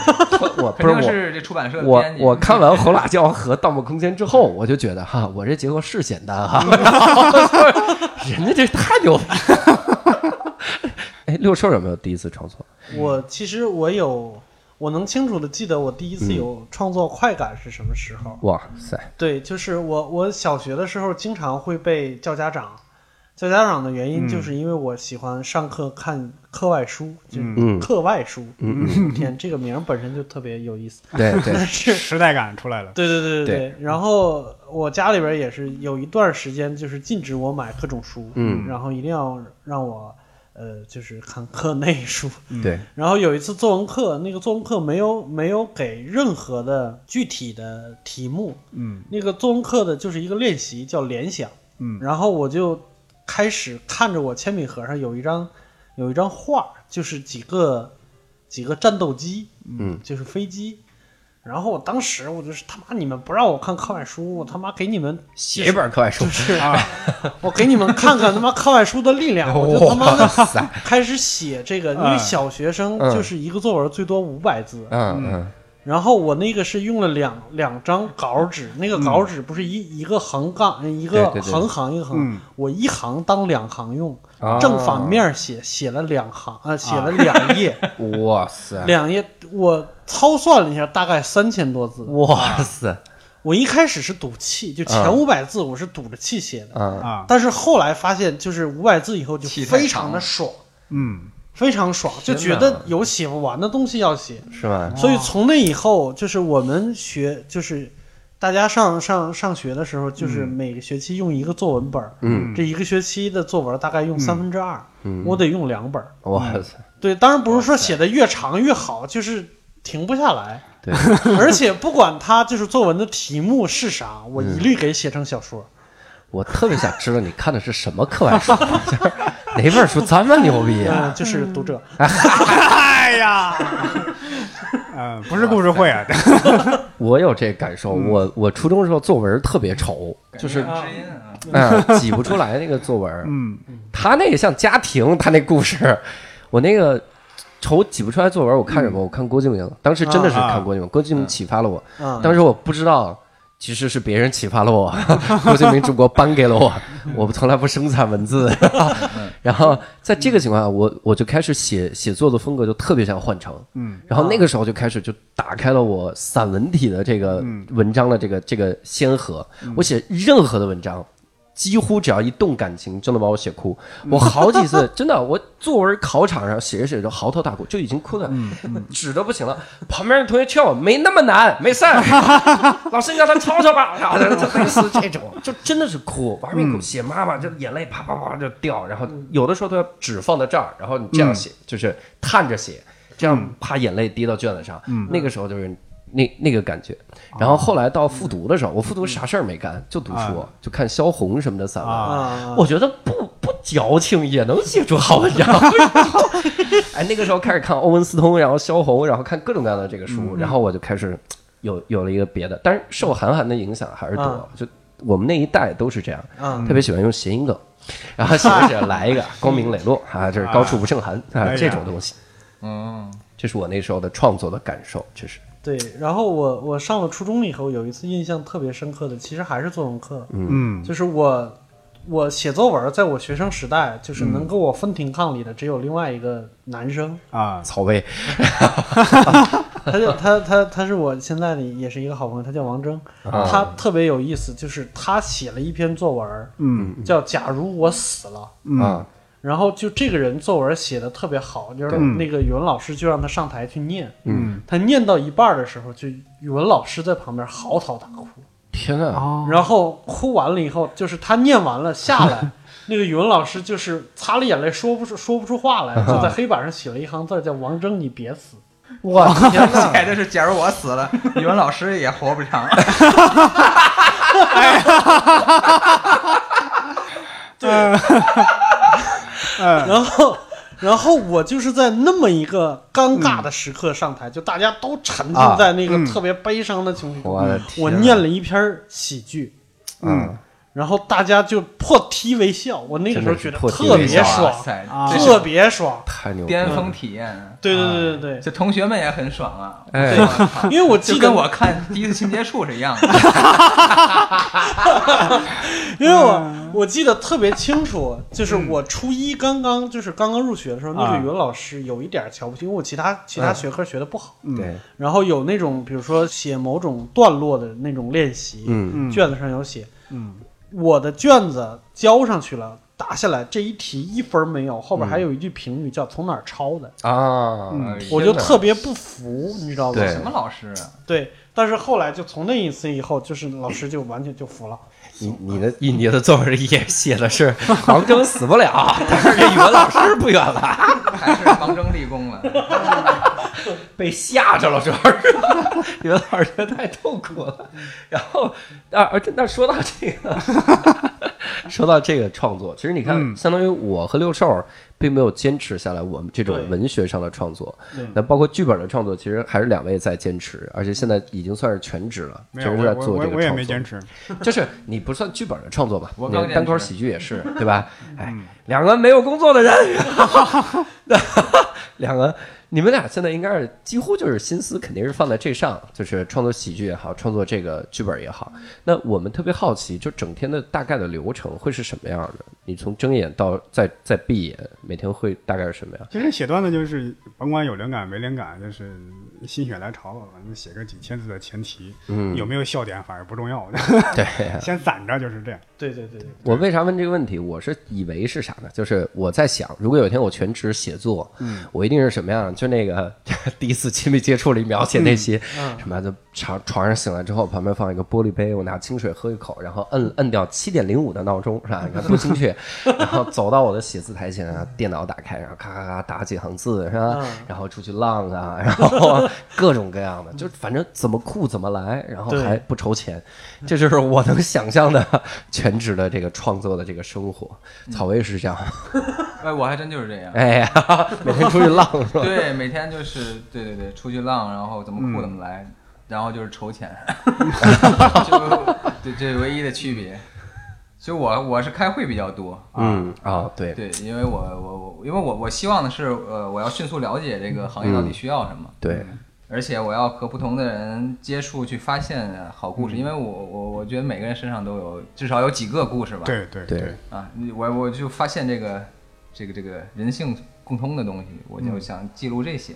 S1: 我
S4: 肯
S1: 不
S4: 定
S1: 是
S4: 是这出版社
S1: 我
S4: 的
S1: 我
S4: 编辑。
S1: 我看
S4: <laughs>
S1: 完《红辣椒》和《盗梦空间》之后，我就觉得哈，我这结构是简单
S4: <laughs>
S1: 哈，人家这太牛逼了。 <laughs> 哎，六兽有没有第一次创作？
S2: 嗯
S3: 我其实我有，我能清楚的记得我第一
S2: 嗯
S3: 次有创作快感是什么时候。
S1: 哇塞，
S3: 对，就是我我小学的时候经常会被叫家长，做家长的原因，
S2: 嗯
S3: 就是因为我喜欢上课看课外书，就是
S2: 嗯，
S1: 嗯
S3: 课外书。
S1: 嗯嗯，
S3: 天，这个名儿本身就特别有意思。
S1: 对对
S3: 但
S1: <laughs>
S3: 是，
S2: 时代感出来了。
S3: 对对对
S1: 对
S3: 对。然后我家里边也是有一段时间，就是禁止我买各种书，
S1: 嗯
S3: 然后一定要让我呃，就是看课内书。
S1: 对，
S3: 然后有一次作文课，那个作文课没有没有给任何的具体的题目，
S2: 嗯
S3: 那个作文课的就是一个练习叫联想，
S2: 嗯
S3: 然后我就开始看着我铅笔盒上有一张有一张画，就是几个几个战斗机，
S1: 嗯，
S3: 就是飞机。然后我当时我就是他妈你们不让我看课外书，我他妈给你们
S1: 写一本课外书，
S2: 啊，
S3: 我给你们看看他妈课外书的力量，我就他妈的
S1: 哇塞，
S3: <laughs> 开始写这个，因为
S2: 嗯
S3: 小学生
S1: 嗯
S3: 就是一个作文最多五百字，
S1: 嗯嗯
S3: 然后我那个是用了两两张稿纸，那个稿纸不是一、一个横杠，呃一个
S1: 嗯对对对
S3: 横行一个横，
S2: 嗯
S3: 我一行当两行用，
S1: 啊
S3: 正反面写写了两行，呃，写了两页，
S1: <laughs> 嗯，哇塞，
S3: 两页我操算了一下，大概三千多字。
S1: 哇塞，
S3: 我一开始是赌气，就前
S1: 嗯
S3: 五百字我是赌着气写的，
S1: 嗯
S2: 啊，
S3: 但是后来发现就是五百字以后就
S4: 气太
S3: 非常的爽，
S2: 嗯
S3: 非常爽，就
S1: 天
S3: 觉
S1: 哪
S3: 得有写不完的东西要写。
S1: 是哦吧？
S3: 所以从那以后，就是我们学，就是大家上上上学的时候，就是每个学期用一个作文本儿，
S1: 嗯
S3: 这一个学期的作文大概用三分之二，
S1: 嗯，
S3: 我得用两本儿。
S1: 哇塞，
S3: 对，当然不是说写的越长越好，就是停不下来。
S1: 对，
S3: <laughs> 而且不管它就是作文的题目是啥，我
S1: 嗯
S3: 一律给写成小说。
S1: 我特别想知道你看的是什么课外 <laughs> 书，就是哪本书这么牛逼啊？
S3: 嗯，就是读者。
S2: 哎
S1: <laughs>
S2: 呀，嗯，不是故事会啊，
S1: 我有这感受，我我初中时候作文特别丑，就是
S4: 感觉知音啊，
S1: 嗯挤不出来那个作 <laughs> 文，
S2: 嗯
S1: 他那个像家庭，他那故事，我那个愁挤不出来作文，我看什么？我看郭敬明，当时真的是看郭敬明，郭敬明启发了我，
S3: 嗯，
S1: 当时我不知道。其实是别人启发了我， <laughs> 郭敬明只不过颁给了我，我从来不生产文字。 <laughs> 然后在这个情况下，我我就开始写写作的风格就特别像换成，
S2: 嗯
S1: 然后那个时候就开始就打开了我散文体的这个
S2: 嗯
S1: 文章的这个这个先河。我写任何的文章，几乎只要一动感情，真的把我写哭。我好几次真的，我作文考场上写着写着嚎啕大哭，就已经哭的 <laughs> 纸都不行了。旁边的同学劝我没那么难，没 <laughs> 事儿，老师你让他抄抄吧，然后 <laughs> 就类似这种，嗯就真的是哭，玩命哭，写妈妈就眼泪啪啪啪就掉，然后有的时候他纸放在这儿，然后你这样写，就是探着写，这样怕眼泪滴到卷子上，
S2: 嗯
S1: 那个时候就是。那那个感觉，然后后来到复读的时候，我复读啥事儿没干，就读书，就看萧红什么的散文，
S2: 嗯啊
S3: 啊，
S1: 我觉得不不矫情也能写出好文章。
S2: <laughs>
S1: 哎，那个时候开始看欧文斯通，然后萧红，然后看各种各样的这个
S2: 嗯
S1: 书，然后我就开始嘖有有了一个别的，但是受韩寒的影响还是多，
S3: 啊
S1: 就我们那一代都是这样，
S3: 嗯
S1: 特别喜欢用谐音梗。然后写着写着来
S2: <laughs>
S1: 一个光明磊落啊，这是高处不胜寒啊
S2: 哎呀
S1: 这种东西，
S4: 嗯，
S1: 这是我那时候的创作的感受，这是
S3: 对，然后我我上了初中以后，有一次印象特别深刻的，其实还是作文课，
S2: 嗯
S3: 就是我我写作文，在我学生时代，就是能
S2: 嗯
S3: 跟我分庭抗礼的只有另外一个男生，
S2: 啊，
S1: 曹薇，
S3: 他就他他他是我现在的也是一个好朋友，他叫王铮，
S1: 啊
S3: 他特别有意思，就是他写了一篇作文
S2: 嗯
S3: 叫《假如我死了》。
S2: 嗯
S1: 啊，
S3: 然后就这个人作文写的特别好，就是
S1: 对
S3: 那个语文老师就让他上台去念，
S2: 嗯
S3: 他念到一半儿的时候，就语文老师在旁边嚎啕大哭，
S1: 天啊，
S2: 哦，
S3: 然后哭完了以后，就是他念完了下
S1: <laughs>
S3: 来，那个语文老师就是擦了眼泪，说不出说不出话来，
S1: 啊
S3: 就在黑板上写了一行字儿，叫“王铮，你
S1: <laughs>
S3: 别死
S1: 我天哪！
S4: <laughs> 写的是假如我死 <laughs> 了，语文老师也活不长。
S2: 嗯”。
S3: 然后，然后我就是在那么一个尴尬的时刻上台，就大家都沉浸在那个特别悲伤的情绪中。
S1: 我的天！啊
S3: 我念，了一篇喜剧，
S1: 嗯，
S3: 然后大家就破涕为笑。我那个时候觉得
S1: 真的是破
S3: 特
S1: 涕为
S3: 别
S1: 笑
S4: 哇
S3: 爽，
S4: 塞，
S2: 啊
S4: 这
S3: 特
S4: 是
S3: 别爽。
S1: 太牛逼了！
S4: 巅峰体验，
S3: 对对对对对。
S4: 这同学们也很爽啊。
S1: 哎
S4: 我靠
S3: 因为我记
S4: <laughs> 就
S3: 得
S4: 跟我看《第一次清洁处》是一样的。
S3: <laughs> 因为
S1: 嗯
S3: 我我记得特别清楚，就是我初一刚刚就是刚刚入学的时候，那个
S2: 啊
S3: 语文老师有一点儿瞧不起，因为我其他其
S1: 嗯
S3: 他学科学的不好，
S1: 对，
S3: 然后有那种比如说写某种段落的那种练习，
S1: 嗯
S2: 嗯
S3: 卷子上有写，
S2: 嗯
S3: 我的卷子交上去了，答下来这一题一分没有，后边
S1: 嗯
S3: 还有一句评语叫“从哪儿抄的
S1: 啊
S2: 嗯”，
S3: 我就特别不服，你知道吗？
S1: 对
S4: 什么老师啊？
S3: 对，但是后来就从那一次以后，就是老师就完全就服了。
S1: 你你的你的作文也写的是 <laughs> 王峥死不了，但是这语文老师不远了，
S4: 还是王峥立功了？ <laughs>
S1: 被吓着了，主要是 <laughs> 语文老师太痛苦了。然后啊，而且那说到这个， <laughs> 说到这个创作，其实你看，
S2: 嗯
S1: 相当于我和六兽并没有坚持下来我们这种
S3: 对
S1: 文学上的创作
S3: 对，
S1: 那包括剧本的创作，其实还是两位在坚持，而且现在已经算是全职了，
S2: 没
S1: 全
S2: 有，
S1: 职在
S2: 我我
S1: 做
S2: 我
S1: 这个
S2: 我也
S1: 创
S2: 没
S1: 作
S2: 坚。持。
S4: <laughs>
S1: 就是你不算剧本的创作吧，
S4: 我
S1: 你
S4: 刚嗯坚持
S1: 单口喜剧也是， <laughs> 对吧？哎，两个没有工作的
S4: <laughs>
S1: 人， <laughs> 两个你们俩现在应该是几乎就是心思肯定是放在这上，就是创作喜剧也好，创作这个剧本也好。那我们特别好奇，就整天的大概的流程会是什么样的？你从睁眼到再再闭眼，每天会大概是什么样？
S2: 其实写段子就是甭管有灵感没灵感，就是心血来潮了，反正写个几千字的前提，
S1: 嗯
S2: 有没有笑点反而不重要，
S1: 对。
S2: <laughs> 先攒着就是这样。
S3: 对对对对，
S1: 我为啥问这个问题？我是以为是啥呢？就是我在想，如果有一天我全职写作，嗯，我一定是什么样？就那个第一次亲密接触里描写那些、
S3: 嗯
S1: 什么，啊就床床上醒来之后，旁边放一个玻璃杯，我拿清水喝一口，然后摁摁掉七点零五的闹钟，是吧？你看多精
S3: <laughs>
S1: 确。然后走到我的写字台前，啊，电脑打开，然后咔咔咔打几行字，是吧？
S3: 嗯
S1: 然后出去浪啊，然后 <laughs> 各种各样的，就反正怎么酷怎么来，然后
S3: 对
S1: 还不愁钱，这就是我能想象的 <laughs> 全职的这个创作的这个生活。草薇是这样，
S4: 哎，我还真就是这样。
S1: 哎呀， <laughs> 每天出去浪是吧？
S4: 对，每天就是对对对，出去浪，然后怎么酷怎么来，然后就是筹钱， <laughs> 就对这唯一的区别。所以我我是开会比较多，
S1: 嗯啊，对，
S4: 对，因为我我我因为我我希望的是，呃，我要迅速了解这个行业到底需要什么，
S1: 对，
S4: 而且我要和不同的人接触，去发现呃好故事，因为我我我觉得每个人身上都有至少有几个故事吧，
S2: 对对
S1: 对
S4: 啊，你我我就发现这个这个这个人性共通的东西，我就想记录这些。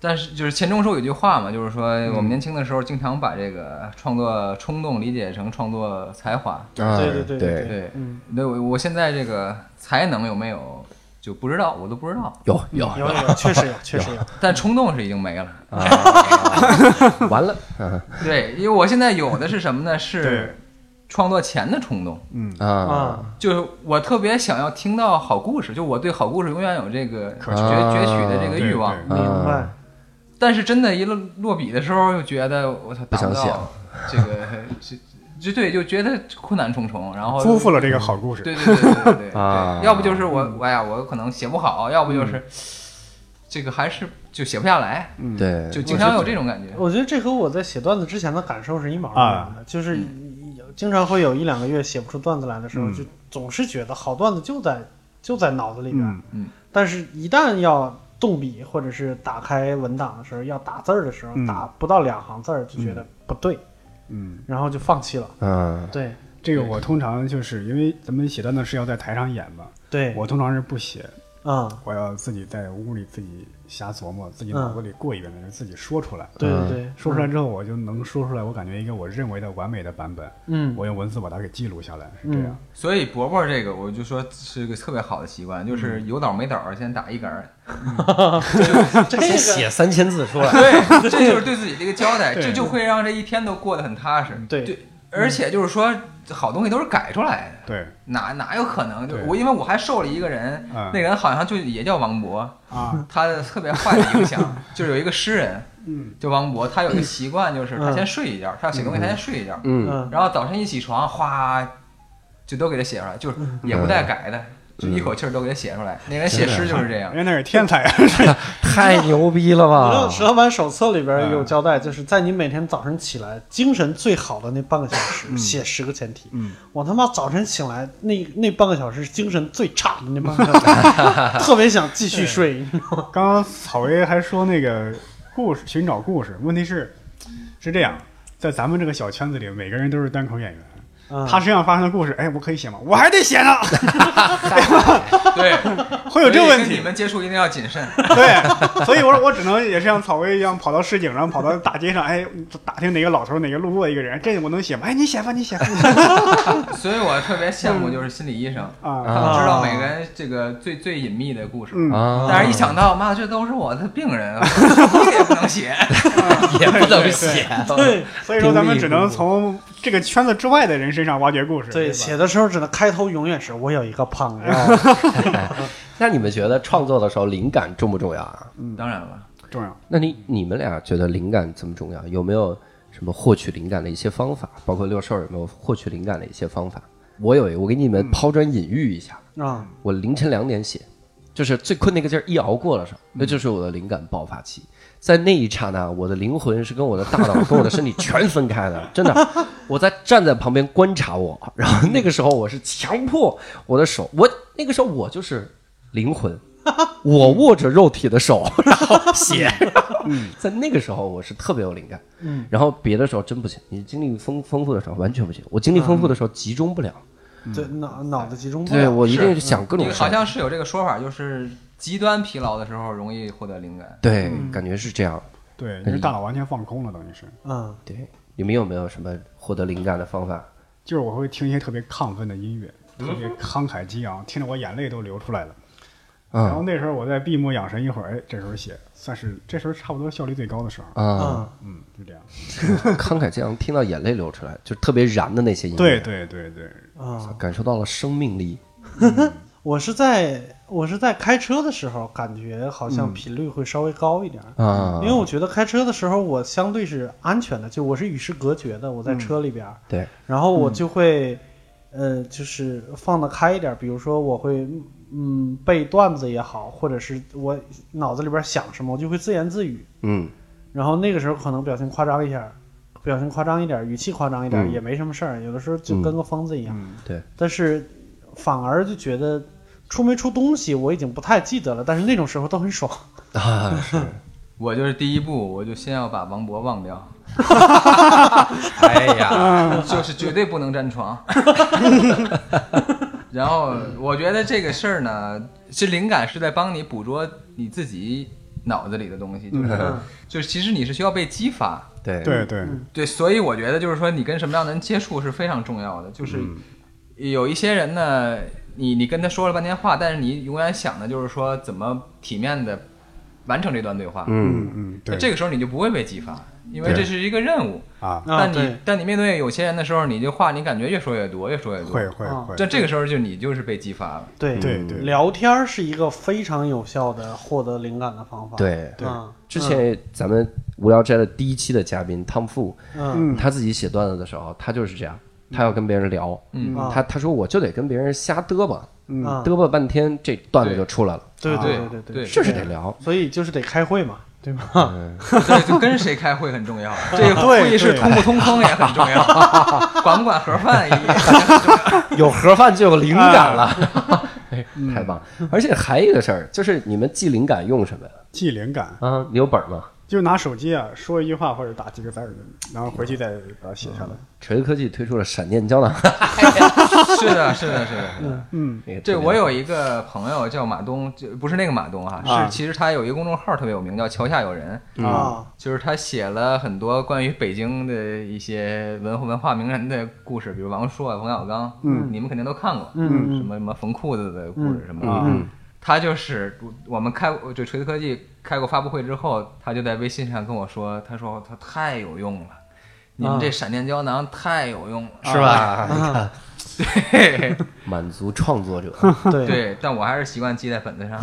S4: 但是就是钱钟书有句话嘛，就是说我们年轻的时候经常把这个创作冲动理解成创作才华。
S1: 啊
S3: 对对对
S1: 对
S3: 对
S4: 对，
S3: 嗯，
S4: 那我我现在这个才能有没有就不知道，我都不知道。
S1: 有有
S3: 有有有，确实有，确实有。
S4: 但冲动是已经没了。
S1: 完了，啊
S4: 对，因为我现在有的是什么呢？是
S2: 对
S4: 创作前的冲动。
S2: 嗯，
S1: 啊
S3: 啊，
S4: 就是我特别想要听到好故事，就我对好故事永远有这个
S2: 渴
S4: 攫
S1: 求
S4: 攫取的这个欲望。
S2: 对
S3: 啊明白，
S4: 但是真的，一落落笔的时候，又觉得我操，达
S1: 想
S4: 不
S1: 写
S4: 到这个， <laughs> 这就对，就觉得困难重重，然后
S2: 辜负了这个好故事。
S4: 对对对对对对对
S1: <laughs> 啊
S4: 要不就是我，我哎呀，我可能写不好，要不就是这个还是就写不下来，
S2: 嗯
S1: 对，
S4: 就经常有这种感觉。
S3: 我觉得这和我在写段子之前的感受是一毛一样的，就是有经常会有一两个月写不出段子来的时候，
S2: 嗯
S3: 就总是觉得好段子就在就在脑子里边，
S2: 嗯，
S3: 但是一旦要动笔或者是打开文档的时候，要打字儿的时候，
S2: 嗯
S3: 打不到两行字儿就觉得不对，
S2: 嗯，
S3: 然后就放弃了。
S1: 嗯
S3: 对
S2: 这个我通常就是因为咱们写段子是要在台上演嘛，
S3: 对，
S2: 我通常是不写，
S3: 嗯，
S2: 我要自己在屋里自己瞎琢磨，自己脑子里过一遍，然后自己说出来。
S3: 对
S1: 嗯
S3: 对对，
S2: 说出来之后，我就能说出来，我感觉一个我认为的完美的版本，
S3: 嗯，
S2: 我用文字把它给记录下来，是这样。
S4: 所以伯伯这个，我就说是个特别好的习惯，就是
S1: 嗯
S4: 有倒没倒先打一
S1: <laughs>
S4: 杆儿，
S3: <laughs> 这
S1: 先
S3: 个
S1: 写三千字出来，
S4: 对，这就是对自己的一个交代，
S2: 对
S4: 这就会让这一天都过得很踏实。
S3: 对
S4: 而且就是说，好东西都是改出来的。
S2: 对
S4: 哪哪有可能？就
S2: 对
S4: 我，因为我还受了一个人，
S2: 嗯
S4: 那个人好像就也叫王勃，
S2: 啊，
S4: 他的特别坏的影
S2: <laughs>
S4: 响就是有一个诗人，
S2: 嗯，
S4: 就王勃，他有一个习惯，就是他
S3: 嗯
S4: 先睡一觉，他要写东西他先睡一觉，
S1: 嗯
S3: 嗯
S4: 然后早晨一起床，哗，就都给他写出来，就是
S2: 嗯
S4: 也不带改的，就一口气儿都给他写出来。那人写诗就是 <laughs> 这样
S2: <laughs> 人，家那是天才，
S1: 太牛逼了
S3: 你知道
S1: 吧？
S3: 石老板手册里边有交代，就是在你每天早晨起来精神最好的那半个小时，写十个前提。
S2: 嗯，
S3: 我他妈早晨醒来那那半个小时是精神最差的那半个小时， <laughs> 特别想继续睡。
S2: 刚刚草薇还说那个故事，寻找故事。问题是，是这样，在咱们这个小圈子里，每个人都是单口演员，
S3: 嗯
S2: 他身上发生的故事，哎，我可以写吗？ <laughs> 我还得写呢，
S4: 对，
S2: <laughs> 会有这
S4: 所以 <laughs>
S2: 问
S4: 跟
S2: 题
S4: 你。们接触一定要谨慎。
S2: 对，所以我说我只能也是像草薇一样跑到市井上，跑到大街上，哎，打听哪个老头儿哪个路过一个人，这我能写吗？哎，你写吧，你写吧。 <laughs>
S4: 所以我特别羡慕就是心理医生，他
S2: 啊，
S4: 们知道每个人这个最最隐秘的故事。
S2: 嗯
S1: 啊，
S4: 但是，一想到妈，这都是我的病人，我也不能写。
S1: <laughs> 也不能写，
S3: 对
S2: 所以说咱们只能从这个圈子之外的人身上挖掘故事。对
S3: 对，
S2: 吧，
S3: 写的时候只能开头永远是我有一个朋友，
S1: 那你们觉得创作的时候灵感重不重要啊？
S4: 当然了，
S2: 重要。
S1: 那你你们俩觉得灵感怎么重要？有没有什么获取灵感的一些方法？包括六兽有没有获取灵感的一些方法？我有一个，我给你们抛砖引玉一下。
S3: 啊，
S1: 我凌晨两点写，就是最困那个劲儿一熬过了上，那就是我的灵感爆发期。在那一刹那，我的灵魂是跟我的大脑跟我的身体全分开的， <laughs> 真的。我在站在旁边观察我，然后那个时候我是强迫我的手，我那个时候我就是灵 <laughs> 魂，我握着肉体的 <laughs> 手，然后写。 <laughs> 在那个时候我是特别有灵感，
S3: 嗯，
S1: 然后别的时候真不行，你精力丰丰富的时候完全不行，我精力丰富的时候集中不了，
S3: 对脑脑子集中不
S1: 嗯对
S3: 了。
S1: 我一定是想各种
S4: 你
S1: 事儿
S4: 好。像是有这个说法，就是极端疲劳的时候容易获得灵感。
S1: 对，感觉是这样。
S2: 对，因为大脑完全放空了，等于是，
S3: 嗯，
S1: 对，你们有没有什么获得灵感的方法？
S2: 就是我会听一些特别亢奋的音乐，特别
S4: 嗯
S2: 慷慨激昂，听得我眼泪都流出来了。然后
S1: 嗯
S2: 那时候我在闭目养神一会儿，哎，这时候写，算是这时候差不多效率最高的时候。
S1: 啊，
S3: 嗯，
S2: 嗯，就这样。
S1: <laughs> 慷慨激昂，听到眼泪流出来，就特别燃的那些音乐，
S2: 对，对对对，
S3: 啊，
S1: 感受到了生命力。
S3: 我是在我是在开车的时候，感觉好像频率会稍微高一点，
S1: 啊，
S3: 因为我觉得开车的时候我相对是安全的，就我是与世隔绝的，我在车里边儿，
S1: 对，
S3: 然后我就会，
S1: 嗯
S3: 呃，就是放得开一点儿，比如说我会，嗯，背段子也好，或者是我脑子里边想什么，我就会自言自语，
S1: 嗯
S3: 然后那个时候可能表情夸张一下，表情夸张一点，语气夸张一点、
S1: 嗯
S3: 也没什么事儿，有的时候就跟个疯子一样。
S2: 嗯
S1: 对，
S3: 但是反而就觉得出没出东西我已经不太记得了，但是那种时候都很爽。
S1: 啊，是，
S4: 我就是第一步，我就先要把王勃忘掉，
S1: <laughs> 哎呀，
S4: <laughs> 就是绝对不能
S1: <laughs>
S4: 沾床。然后我觉得这个事儿呢，是灵感是在帮你捕捉你自己脑子里的东西，就是、
S1: 嗯
S4: 就是其实你是需要被激发。
S1: 对
S2: 对对，嗯
S4: 对，所以我觉得就是说，你跟什么样的人接触是非常重要的。就是
S1: 嗯
S4: 有一些人呢，你你跟他说了半天话，但是你永远想的就是说怎么体面的完成这段对话。
S1: 嗯
S2: 嗯嗯，
S4: 那
S2: 对，
S4: 这个时候你就不会被激发，因为
S1: 对
S4: 这是一个任务。
S2: 啊，
S3: 啊，
S4: 但你
S3: 对，
S4: 但你面对有些人的时候，你这话你感觉越说越多，越说越多。
S2: 会会
S3: 啊
S2: 会，
S4: 这哦这个时候就你就是被激发了。
S3: 对
S2: 对对
S3: 聊天儿是一个非常有效的获得灵感的方法。
S1: 对。
S2: 对
S3: 嗯，
S1: 之前咱们无聊斋的第一期的嘉宾汤富，
S3: 嗯
S2: 嗯，
S1: 他自己写段子的时候，他就是这样，他要跟别人聊，
S4: 嗯
S3: 啊
S1: 他他说我就得跟别人瞎嘚吧，
S2: 嗯
S3: 啊，
S1: 嘚吧半天，这段子就出来了，
S3: 对对
S4: 对
S3: 对
S4: 对
S3: 对，
S1: 就是得聊，
S3: 所以就是得开会嘛，对吧？
S4: 对，就跟谁开会很重
S2: <laughs>
S4: 要，这个
S2: 对
S4: 会议室
S2: 对
S4: 通不通风也很重
S2: <laughs>
S4: 要，管不管盒饭也很重要。
S1: 有盒饭就有灵感了， <laughs> 哎太棒！而且还有一个事儿，就是你们记灵感用什么呀？
S2: 记灵感，
S1: 啊，你有本儿吗？
S2: 就拿手机啊说一句话或者打几个字儿，然后回去再把它写下来。
S1: 锤子科技推出了闪电胶囊，
S4: <laughs> 是的，是的，是的。
S2: 嗯
S1: <laughs> 那个特别
S4: 这我有一个朋友叫马东，就不是那个马东哈、
S2: 啊
S4: 是其实他有一个公众号特别有名，叫桥下有人，
S3: 啊，
S4: 就是他写了很多关于北京的一些文文化名人的故事，比如王朔、啊冯小刚，
S2: 嗯
S4: 你们肯定都看过，
S3: 嗯
S4: 什么什么缝裤子的故事什么的。
S2: 啊
S1: 嗯
S4: 他就是我们开就锤子科技开过发布会之后，他就在微信上跟我说，他说他太有用了，你们这闪电胶囊太有用了，
S1: 是？
S4: <laughs>
S1: 吧？
S3: 啊，
S4: 对。
S1: 满足创作 <laughs> 者，
S3: 对，
S4: 对，但我还是习惯记在本子上。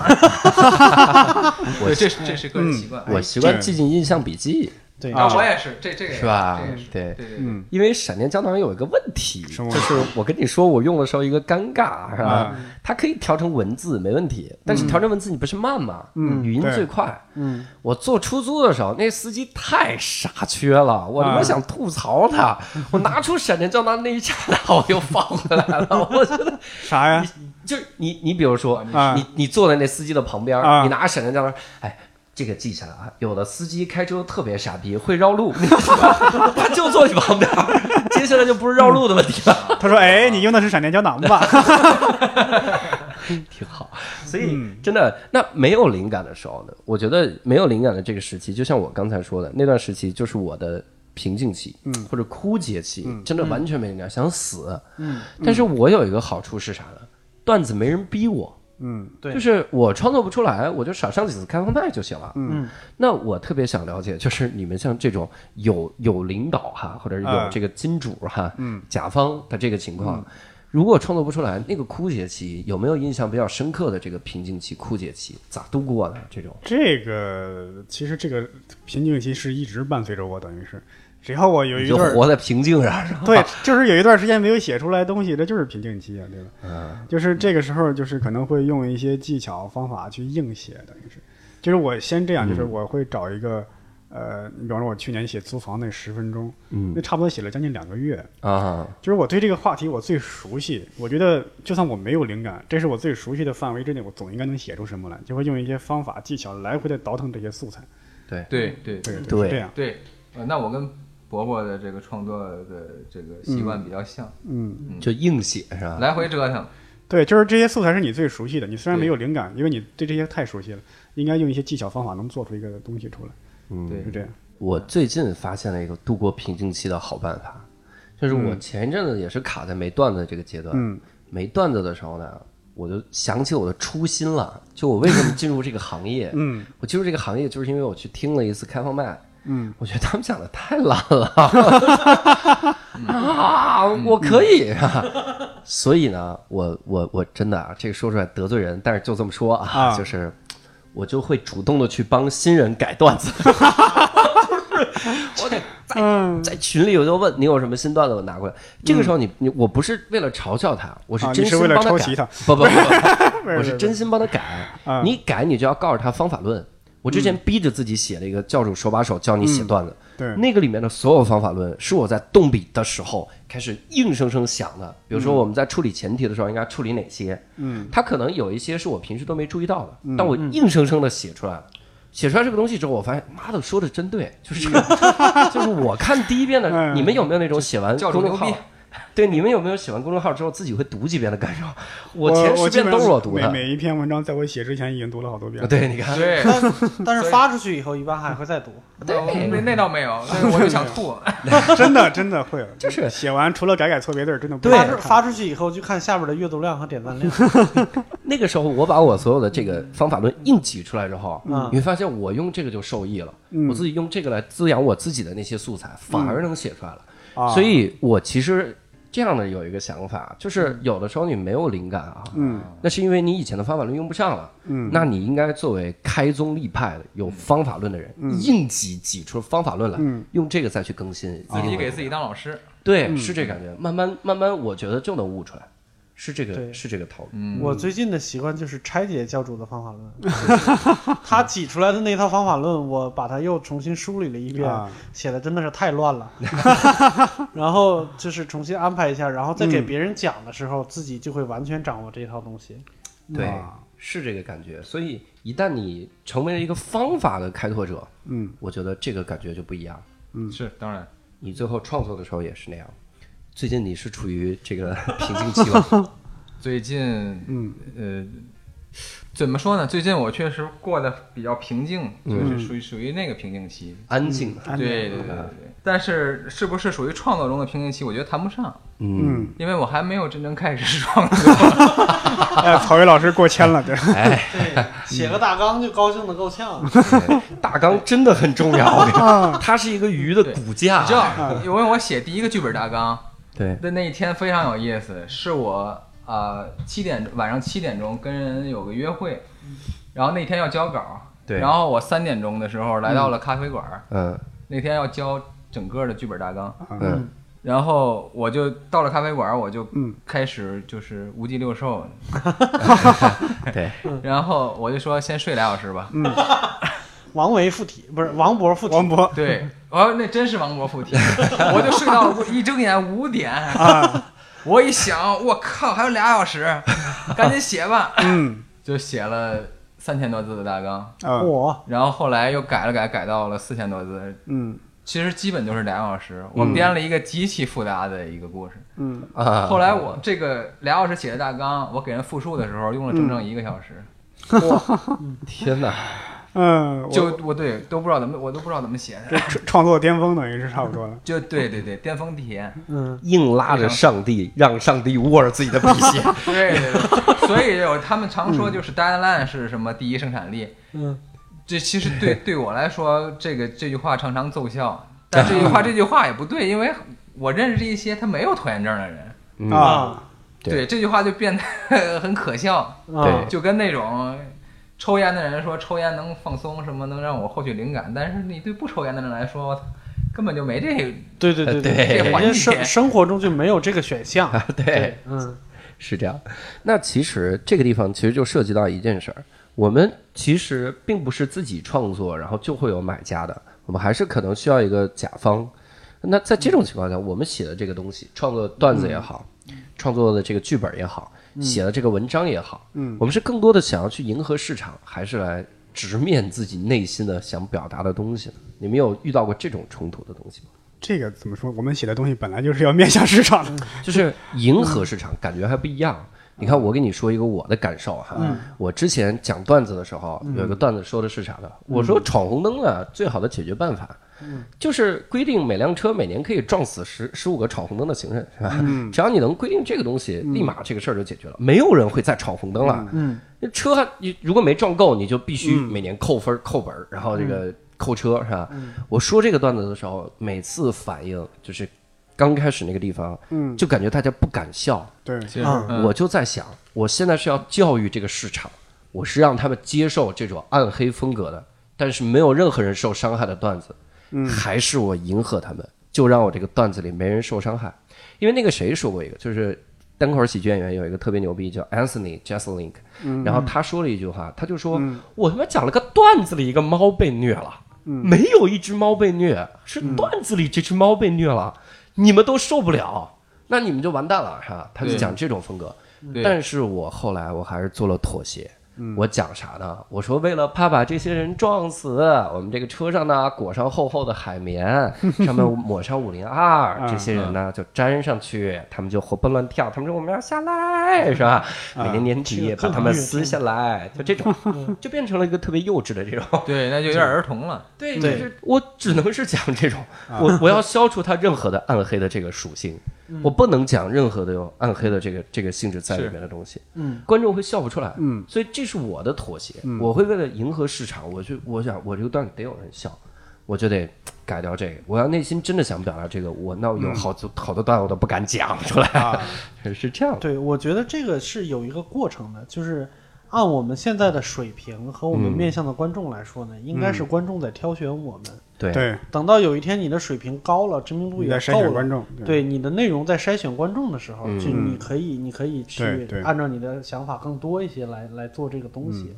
S1: 我
S4: 对，这是这是个人习惯。
S1: 我习惯记进印象笔记，
S3: 对
S4: 啊，我也是，这这个也
S1: 是吧
S4: 这个也是
S1: 对
S4: 对对对。
S2: 嗯
S1: 因为闪电胶囊有一个问题，
S2: 什
S1: 就
S2: 么啊
S1: 是我跟你说我用的时候一个尴尬，是吧？它可以调成文字没问题，但是调成文字你不是慢吗？
S2: 嗯
S1: 语音
S2: 对
S1: 最快。
S3: 嗯，
S1: 我坐出租的时候，那司机太傻缺了，我他妈
S2: 啊
S1: 想吐槽他。我拿出闪电胶囊那一刹那，我又放回来了。我觉得，
S2: 啥呀？
S1: 就是你，你比如说，
S2: 啊
S1: 你你坐在那司机的旁边，
S2: 啊
S1: 你拿闪电胶囊，哎，这个记下来啊，有的司机开车特别傻逼，会绕路， <laughs> 他就坐你旁边儿， <laughs> 接下来就不是绕路的问题了，
S2: 他说：“哎，你用的是闪电胶囊吧
S1: 嗯挺好。所以真的，那没有灵感的时候呢，我觉得没有灵感的这个时期，就像我刚才说的，那段时期就是我的瓶颈期，嗯，或者枯竭期，真的完全没灵感，想死。嗯，但是我有一个好处是啥呢？段子没人逼我。？”
S2: 嗯，
S3: 对
S1: 就是我创作不出来，我就少上几次开放麦就行了。
S2: 嗯，
S1: 那我特别想了解，就是你们像这种有有领导哈，或者是有
S2: 啊嗯
S1: 这个金主哈，嗯，甲方的这个情况，如果创作不出来，那个枯竭期有没有印象比较深刻的这个瓶颈期、枯竭期咋度过的？这种
S2: 这个其实这个瓶颈期是一直伴随着我，等于是，只要我有
S1: 你
S2: 一
S1: 就
S2: 段
S1: 活在瓶颈上是吧？ <laughs>
S2: 对，就是有一段时间没有写出来东西，这就是瓶颈期啊，对吧？
S1: 嗯，
S2: 就是这个时候，就是可能会用一些技巧方法去硬写，等于是，就是我先这样，
S1: 嗯
S2: 就是我会找一个，呃，你比方说我去年写租房那十分钟，
S1: 嗯
S2: 那差不多写了将近两个月，
S1: 啊，
S2: 就是我对这个话题我最熟悉，我觉得就算我没有灵感，这是我最熟悉的范围之内，我总应该能写出什么来，就会用一些方法技巧来回的倒腾这些素材，
S1: 对，
S4: 对对
S2: 对
S1: 对
S2: 是这样，
S4: 对，呃，那我跟伯伯的这个创作的这个习惯比较像，
S2: 嗯。
S1: 就硬写是吧？
S4: 来回折腾。
S2: 对，就是这些素材是你最熟悉的，你虽然
S4: 对
S2: 没有灵感，因为你对这些太熟悉了，应该用一些技巧方法能做出一个东西出来，
S1: 嗯
S4: 对
S2: 是，这样。
S1: 我最近发现了一个度过瓶颈期的好办法，就是我前一阵子也是卡在没段子这个阶段，
S2: 嗯，
S1: 没段子的时候呢，我就想起我的初心了，就我为什么进入这个行业
S2: <laughs> 嗯
S1: 我进入这个行业就是因为我去听了一次开放麦，
S2: 嗯，
S1: 我觉得他们讲的太烂了，<laughs>
S2: 嗯
S1: 啊，我可以啊，所以呢，我我我真的啊，这个说出来得罪人，但是就这么说啊，
S2: 啊
S1: 就是我就会主动的去帮新人改段子， <laughs> 就是我得
S2: 嗯，
S1: 在群里我就问你有什么新段子，我拿过来。这个时候你你我不是为了嘲笑他，我是
S2: 啊
S1: 真
S2: 你是
S1: 心
S2: 为了
S1: 帮他
S2: 抄
S1: 改
S2: 袭他，
S1: 不不不不，
S2: 不是
S1: 我
S2: 不
S1: 是
S2: 是
S1: 真心帮他改。
S2: 啊嗯
S1: 你改你就要告诉他方法论。我之前逼着自己写了一个教主手把手教你写段子，
S2: 对
S1: 那个里面的所有方法论是我在动笔的时候开始硬生生想的。比如说我们在处理前提的时候应该处理哪些，
S2: 嗯，
S1: 它可能有一些是我平时都没注意到的，但我硬生生的写出来了。写出来这个东西之后，我发现，妈的，说的真对，就是， <laughs> 就是我看第一遍的，
S2: 嗯
S1: 你们有没有那种写完
S4: 教主
S1: 公众
S4: 牛
S1: 号
S4: 逼？
S1: 对，你们有没有写完公众号之后自己会读几遍的感受？
S2: 我
S1: 前
S2: 我
S1: 十
S2: 基
S1: 遍
S2: 本
S1: 都是
S2: 上
S1: 我读的
S2: 每。每一篇文章在我写之前已经读了好多遍了。
S1: 对，你看， <laughs>
S4: 对，
S3: 但
S4: 所
S3: 是
S4: 以
S3: 发出去以后，一般还会再读。
S4: 那我那那倒没有，那我就想吐。
S2: <laughs>
S1: 嗯
S2: 真的真的会，
S1: <laughs> 就是
S2: 写完除了改改错别字儿，真的不
S3: 发
S2: 太好
S3: 出
S2: 看
S3: 发出去以后，就看下边的阅读量和点赞量。
S1: 那个时候我把我所有的这个方法论硬挤出来之后，
S3: 嗯
S1: 你会发现我用这个就受益了，
S2: 嗯
S1: 我自己用这个来滋养我自己的那些素材，反而能写出来了。
S2: 啊
S1: 所以我其实这样的有一个想法，就是有的时候你没有灵感啊，
S2: 嗯
S1: 那是因为你以前的方法论用不上了。
S2: 嗯，
S1: 那你应该作为开宗立派的有方法论的人，硬挤挤出方法论来，
S2: 嗯
S1: 用这个再去更新
S4: <laughs> 自己
S1: 一定
S4: 给自己当老师，
S1: 对，是这感觉。慢慢慢慢，我觉得就能悟出来，是这个
S3: 对
S1: 是这个套路。
S4: 嗯，
S3: 我最近的习惯就是拆解教主的方法论，他挤出来的那套方法论，我把它又重新梳理了一
S1: 嗯
S3: 遍，
S2: 啊
S3: 写的真的是太乱 <laughs> 了。然后就是重新安排一下，然后再给别人讲的时候，自己就会完全掌握这一套东西。
S1: 对
S2: 啊，
S1: 是这个感觉。所以一旦你成为了一个方法的开拓者，
S2: 嗯，
S1: 我觉得这个感觉就不一样。
S4: 是当然，
S1: 你最后创作的时候也是那样。最近你是处于这个瓶颈期吗？
S4: 最近，嗯，呃，怎么说呢？最近我确实过得比较平静，
S1: 嗯
S4: 就是属于属于那个瓶颈期。
S1: 安静的，
S2: 安静
S4: 对对对对对，但是是不是属于创作中的瓶颈期？我觉得谈不上，
S1: 嗯，
S2: 嗯，
S4: 因为我还没有真正开始创作。
S2: <laughs> 哎，曹巍老师过谦了，对， <laughs>
S1: 哎，
S3: 对，写个大纲就高兴的够 <laughs> 呛。
S1: 大纲真的很重要，我跟你说它是一个鱼的骨架。
S4: 你知道，因为我写第一个剧本大纲，
S1: 对，
S4: 的那一天非常有意思，是我呃七点晚上七点钟跟人有个约会，然后那天要交稿，
S1: 对
S4: 然后我三点钟的时候来到了咖啡馆，
S1: 嗯
S4: 那天要交整个的剧本大纲，
S1: 嗯，
S4: 然后我就到了咖啡馆，我就
S2: 嗯
S4: 开始就是无鸡六兽，嗯
S1: 对，
S4: 然后我就说先睡俩小时吧，
S3: 王维附体不是王勃附体，
S2: 王
S4: <laughs>
S2: 勃
S4: 对，哦，那真是王勃附体， <laughs> 我就睡到了一睁眼五点，我 <laughs> 一想，我靠，还有俩小时，赶紧写吧，
S2: 嗯
S4: 就写了三千多字的大纲，
S2: 啊，
S3: 我
S4: 然后后来又改了改，改到了四千多字，
S2: 嗯
S4: 其实基本就是俩小时。我
S1: 嗯
S4: 编了一个极其复杂的一个故事，
S2: 嗯，
S1: 啊，
S4: <laughs> 后来我这个俩小时写的大纲，我给人复述的时候用了整整一个小时，
S1: 天哪，
S2: 嗯，我
S4: 就我对都不知道怎么，我都不知道怎么写的，
S2: 创创作巅峰等于是差不多了。
S4: 就对对对，巅峰体验，
S3: 嗯，
S1: 硬拉着上帝，让上帝握着自己的笔写。
S4: 对对对，所以有他们常说就是 deadline 是什么第一生产力，
S3: 嗯，
S4: 这其实 <laughs> 对对我来说，这个这句话常常奏 <laughs> 效，但这句话这句话也不对，因为我认识一些他没有拖延症的人，
S1: 嗯
S2: 啊，
S1: 对
S4: 对这句话就变得很可笑，
S1: 对
S3: 啊，
S4: 就跟那种。抽烟的人说抽烟能放松，什么能让我获取灵感，但是你对不抽烟的人来说，根本就没这
S3: 对对对
S1: 呃对
S3: 人
S4: 环
S3: 家
S4: 节
S3: 生生活中就没有这个选 <laughs> 项。
S1: <laughs> 对，
S3: 嗯，
S1: 是这样。那其实这个地方其实就涉及到一件事儿，我们其实并不是自己创作，然后就会有买家的，我们还是可能需要一个甲方。那在这种情况下，我们写的这个东西，创作段子也好，创作的这个剧本也好，写的这个文章也好，
S2: 嗯
S1: 我们是更多的想要去迎合市场，还是来直面自己内心的想表达的东西呢？你们有遇到过这种冲突的东西吗？
S2: 这个怎么说？我们写的东西本来就是要面向市场的。
S1: 就是迎合市场，感觉还不一样。你
S3: 嗯
S1: 看，我跟你说一个我的感受哈，我之前讲段子的时候，
S3: 嗯
S1: 有一个段子说的是啥呢？我说闯红灯啊，最好的解决办法，
S3: 嗯
S1: 就是规定每辆车每年可以撞死十十五个闯红灯的行人，是吧？
S3: 嗯
S1: 只要你能规定这个东西，立马这个事儿就解决了，没有人会再闯红灯了。
S3: 嗯，
S1: 那车还你如果没撞够，你就必须每年扣分儿、扣本儿，然后这个
S3: 嗯
S1: 扣车是吧？我说这个段子的时候，每次反应就是刚开始那个地方，
S2: 嗯，
S1: 就感觉大家不敢笑。
S2: 对，
S4: 个。
S3: 啊
S4: 嗯
S1: 我就在想，我现在是要教育这个市场，我是让他们接受这种暗黑风格的，但是没有任何人受伤害的段子，还是我迎合他们，就让我这个段子里没人受伤害。因为那个谁说过一个，就是单口喜剧演员有一个特别牛逼，叫 Anthony Jeselnik，、然后他说了一句话，他就说：“我他妈讲了个段子里一个猫被虐了，没有一只猫被虐，是段子里这只猫被虐了，你们都受不了。”那你们就完蛋了，是吧？他就
S4: 对
S1: 讲这种风格，
S4: 对
S1: 但是我后来我还是做了妥协。我讲啥呢？我说为了怕把这些人撞死，我们这个车上呢裹上厚厚的海绵，上面抹上五零二，这些人呢就粘上去，他们就活蹦乱跳。他们说我们要下来，是吧？每年年底
S3: 这个
S1: 把
S3: 更
S1: 他们
S3: 虐
S1: 撕下来，就这种， <laughs> 就变成了一个特别幼稚的这种。
S4: 对，那就有点儿童了。
S1: <laughs> 对，就
S3: 对
S1: 是我只能是讲这种，我我要消除它任何的暗黑的这个属性，我不能讲任何的有暗黑的这个这个性质在里面的东西，
S3: 嗯，
S1: 观众会笑不出来，
S2: 嗯，
S1: 所以这是我的妥协，我会为了迎合市场，我去，我想我这个段子得有人笑，我就得改掉这个，我要内心真的想表达这个，我那我有好多好多段我都不敢讲出来，
S2: 啊，
S1: 是这样的，
S3: 对，我觉得这个是有一个过程的，就是按我们现在的水平和我们
S1: 嗯
S3: 面向的观众来说呢，应该是观众在挑选我们。
S1: <laughs> 对
S2: 对，
S3: 等到有一天你的水平高了，知名度
S2: 你
S3: 也
S2: 在筛
S3: 够
S2: 选
S3: 了，
S2: 观众，
S3: 对你的内容在筛选观众的时候，
S1: 嗯
S3: 就你可以，你可以
S2: 对
S3: 去
S2: 对嗯
S3: 按照你的想法更多一些来来做这个东西。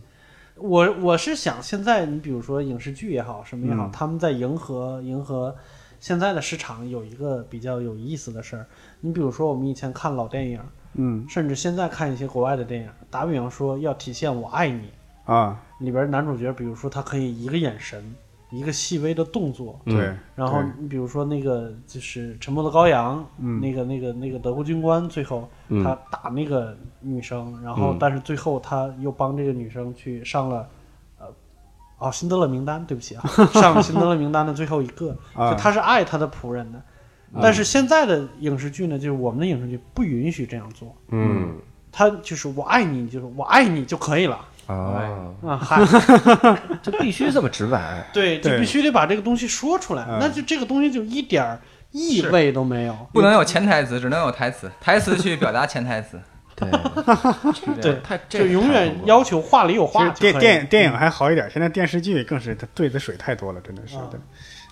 S3: 我我是想现在你比如说影视剧也好，什么也好，
S2: 嗯
S3: 他们在迎合迎合现在的市场有一个比较有意思的事儿。你比如说我们以前看老电影，
S2: 嗯
S3: 甚至现在看一些国外的电影，打比方说要体现我爱你，
S2: 啊，
S3: 里边男主角比如说他可以一个眼神，一个细微的动作，
S1: 嗯
S2: 对，
S3: 然后
S2: 对
S3: 你比如说那个就是《沉默的羔羊》，
S2: 嗯
S3: 那个那个那个德国军官最后
S1: 嗯
S3: 他打那个女生，然后
S1: 嗯
S3: 但是最后他又帮这个女生去上了，呃，哦，辛德勒名单，对不起啊， <laughs> 上了辛德勒名单的最后一个，
S2: <laughs> 啊
S3: 就他是爱他的仆人的。但是现在的影视剧呢，就是我们的影视剧不允许这样做，
S1: 嗯
S3: 他就是我爱你，就是我爱你就可以了
S1: 啊，
S3: 啊，
S1: <laughs>
S3: 嗨，
S1: 就必须这么直白，
S3: 对，就
S2: 对
S3: 必须得把这个东西说出来，
S2: 嗯
S3: 那就这个东西就一点儿意味都没有。
S4: 不能有潜台词，只能有台词，台词去表达潜台 <laughs> 词。
S1: 对，
S3: 对
S1: 太
S3: 就永远要求话里有
S2: 其
S3: 话
S2: 实
S3: 就嗯可以
S2: 电
S3: 了。
S2: 电电影还好一点，现在电视剧更是它对的水太多了，真的是
S3: 啊
S2: 对。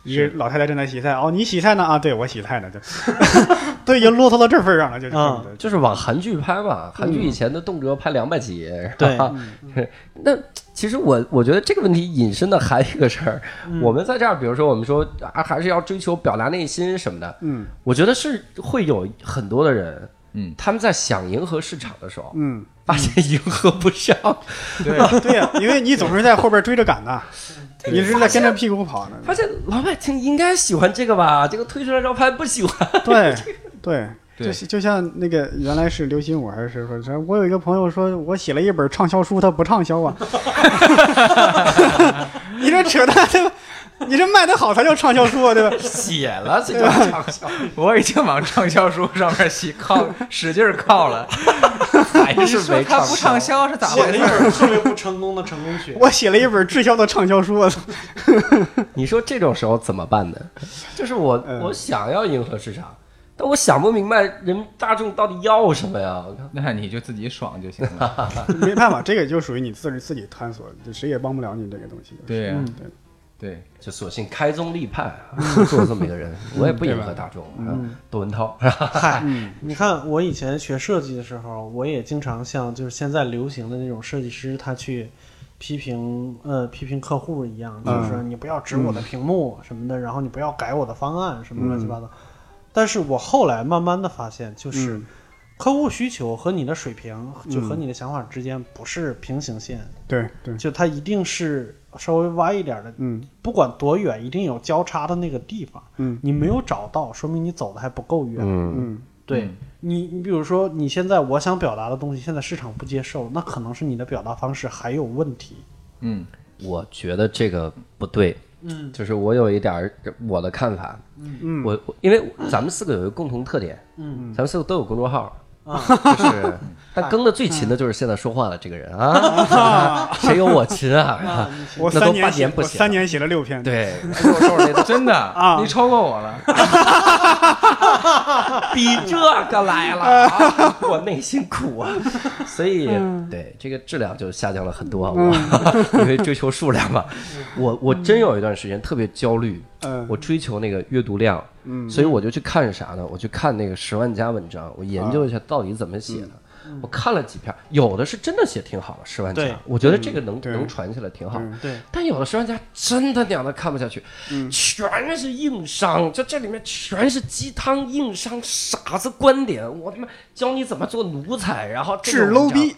S2: 一个老太太正在洗菜，哦，你洗菜呢啊？对，我洗菜呢，就 <laughs> 都已经啰嗦到这份儿上了，就是
S3: 啊
S2: 恨不得
S1: 就是往韩剧拍嘛，韩剧以前的动辄拍两百集，
S3: 嗯对
S1: 是
S3: <laughs>
S2: 啊
S1: 吧？ <laughs> 那其实我我觉得这个问题引申的还有一个事儿，<laughs>
S3: 嗯
S1: 我们在这儿，比如说我们说啊，还是要追求表达内心什么的，
S2: 嗯，
S1: 我觉得是会有很多的人，
S4: 嗯，
S1: 他们在想迎合市场的时候，
S2: 嗯，
S1: 发现迎合不上，
S4: 对，
S2: <laughs> 对呀、因为你总是在后边追着赶呐，你是在跟着屁股跑呢。
S1: 发现老百姓应该喜欢这个吧，这个推出来招牌不喜欢。
S2: 对对，
S4: 对
S2: 就像就像那个原来是刘心武还是谁说，说我有一个朋友说我写了一本畅销书，他不畅
S1: <laughs>
S2: 销啊。你这扯淡对吧？你这卖的好才叫畅销书啊，对吧？
S1: 写了，这叫畅销，
S4: 我已经往畅销书上面洗靠，使劲儿靠了。
S1: 还
S4: 你
S1: 是
S4: 说
S1: 没
S4: 他不畅
S1: 上。
S4: 销是咋
S3: 写
S4: 回
S3: 了一
S4: 事？
S3: <laughs> 本特别不成功的成功学，
S2: 我写了一本滞销的畅销书啊。 <laughs>
S1: 你说这种时候怎么办呢？就是我，
S2: 嗯
S1: 我想要迎合市场，但我想不明白人大众到底要什么呀？我靠
S4: 那你就自己爽就行 <laughs> 了。
S2: 没办法，这个就属于你自己自己探索，就谁也帮不了你这个东西。
S4: 对呀、
S3: 嗯
S4: 对，
S1: 就索性开宗立派，做这么一个人，我也不迎合大众。啊窦文涛，<laughs>
S3: <laughs> 嗨，
S2: 嗯
S3: 你看我以前学设计的时候，我也经常像就是现在流行的那种设计师，他去批评呃批评客户一
S2: 嗯
S3: 样，就是说你不要指我的屏幕什么的，然后你不要改我的方案什么乱七八糟。但是我后来慢慢的发现，就是
S2: 嗯
S3: 客户需求和你的水平就和你的想法之间不是平行线，
S2: 对对，
S3: 就它一定是稍微歪一点的，
S2: 嗯
S3: 不管多远，一定有交叉的那个地方。
S2: 嗯
S3: 你没有找到，说明你走的还不够远。
S1: 嗯，
S2: 嗯
S3: 对
S4: 嗯
S3: 你，你比如说，你现在我想表达的东西，现在市场不接受，那可能是你的表达方式还有问题。
S4: 嗯 <laughs>
S1: 我觉得这个不对，
S3: 嗯
S1: 就是我有一点儿我的看法。
S2: 嗯，
S1: 我我因为咱们四个有一个共同特点，
S3: 嗯
S1: 咱们四个都有公众号，
S3: 啊，
S1: 就是，但更的最勤的就是现在说话的这个人啊， <laughs> 谁有我勤啊？
S2: 我
S1: 那都
S2: 三
S1: 半
S2: 年写
S1: 年，不
S2: 我
S1: 写
S2: 三
S1: 了
S2: 年写了六篇。
S1: 对，给我收拾那套
S4: 真的啊你超过我了。
S1: 比这个来了啊，我内心苦啊，所以
S2: 嗯
S1: 对这个质量就下降了很多，好不好？ <laughs> 因为追求数量嘛。我我真有一段时间特别焦虑，
S2: 嗯
S1: 我追求那个阅读量，
S2: 嗯
S1: 所以我就去看啥呢？我去看那个十万加文章，我研究一下到底怎么写的。
S2: 嗯
S1: 我看了几篇，有的是真的写挺好的，十万加
S3: 对，
S1: 我觉得这个能、
S2: 嗯对
S1: 能传起来挺好。
S2: 嗯
S3: 对，
S1: 但有的十万加真的娘的看不下去，
S2: 嗯
S1: 全是硬伤，就这里面全是鸡汤、硬伤、傻子观点。我他妈教你怎么做奴才，然后这
S2: 治
S1: 种
S2: 搂
S1: 文章
S2: 逼，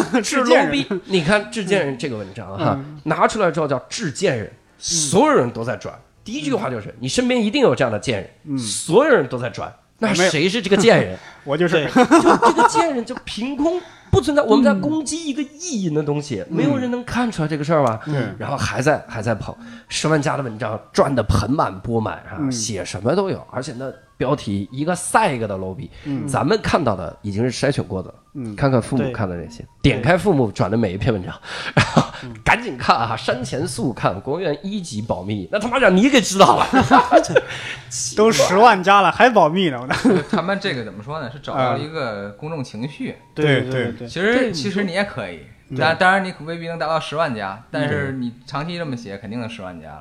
S1: <laughs> 治
S2: 贱
S1: 楼
S2: 人嗯
S1: 逼。你看《致贱人》这个文章啊哈，拿出来之后叫《致贱人》，所有人都在转。第一句话
S2: 嗯
S1: 就是你身边一定有这样的贱人，所有人都在转。那
S2: 没有
S1: 谁是这个贱人？
S2: 我就是
S3: 对
S1: 就这个贱人就凭空不存在，我们在攻击一个意淫的东西，
S3: 嗯
S1: 没有人能看出来这个事儿吧？
S2: 嗯
S1: 然后还在还在捧十万加的文章，赚的盆满钵满啊，
S3: 嗯
S1: 写什么都有，而且那标题一个赛一个的 low 逼，咱们看到的已经是筛选过的了。看看父母
S3: 嗯对
S1: 看的那些，点开父母转的每一篇文章，然后
S3: 嗯
S1: <laughs> 赶紧看啊，山前速看，国务院一级保密，那他妈让你给知
S3: <laughs>
S1: 道了，
S2: 都十万加了，还保密呢。
S4: <laughs>
S2: 我的
S4: 就他们这个怎么说呢？是找到一个公众情绪。
S2: 对
S3: 对
S2: 对
S3: 对，
S4: 其实其实你也可以，但当然你未必能达到十万加，但是你长期这么写，肯定能十万加了。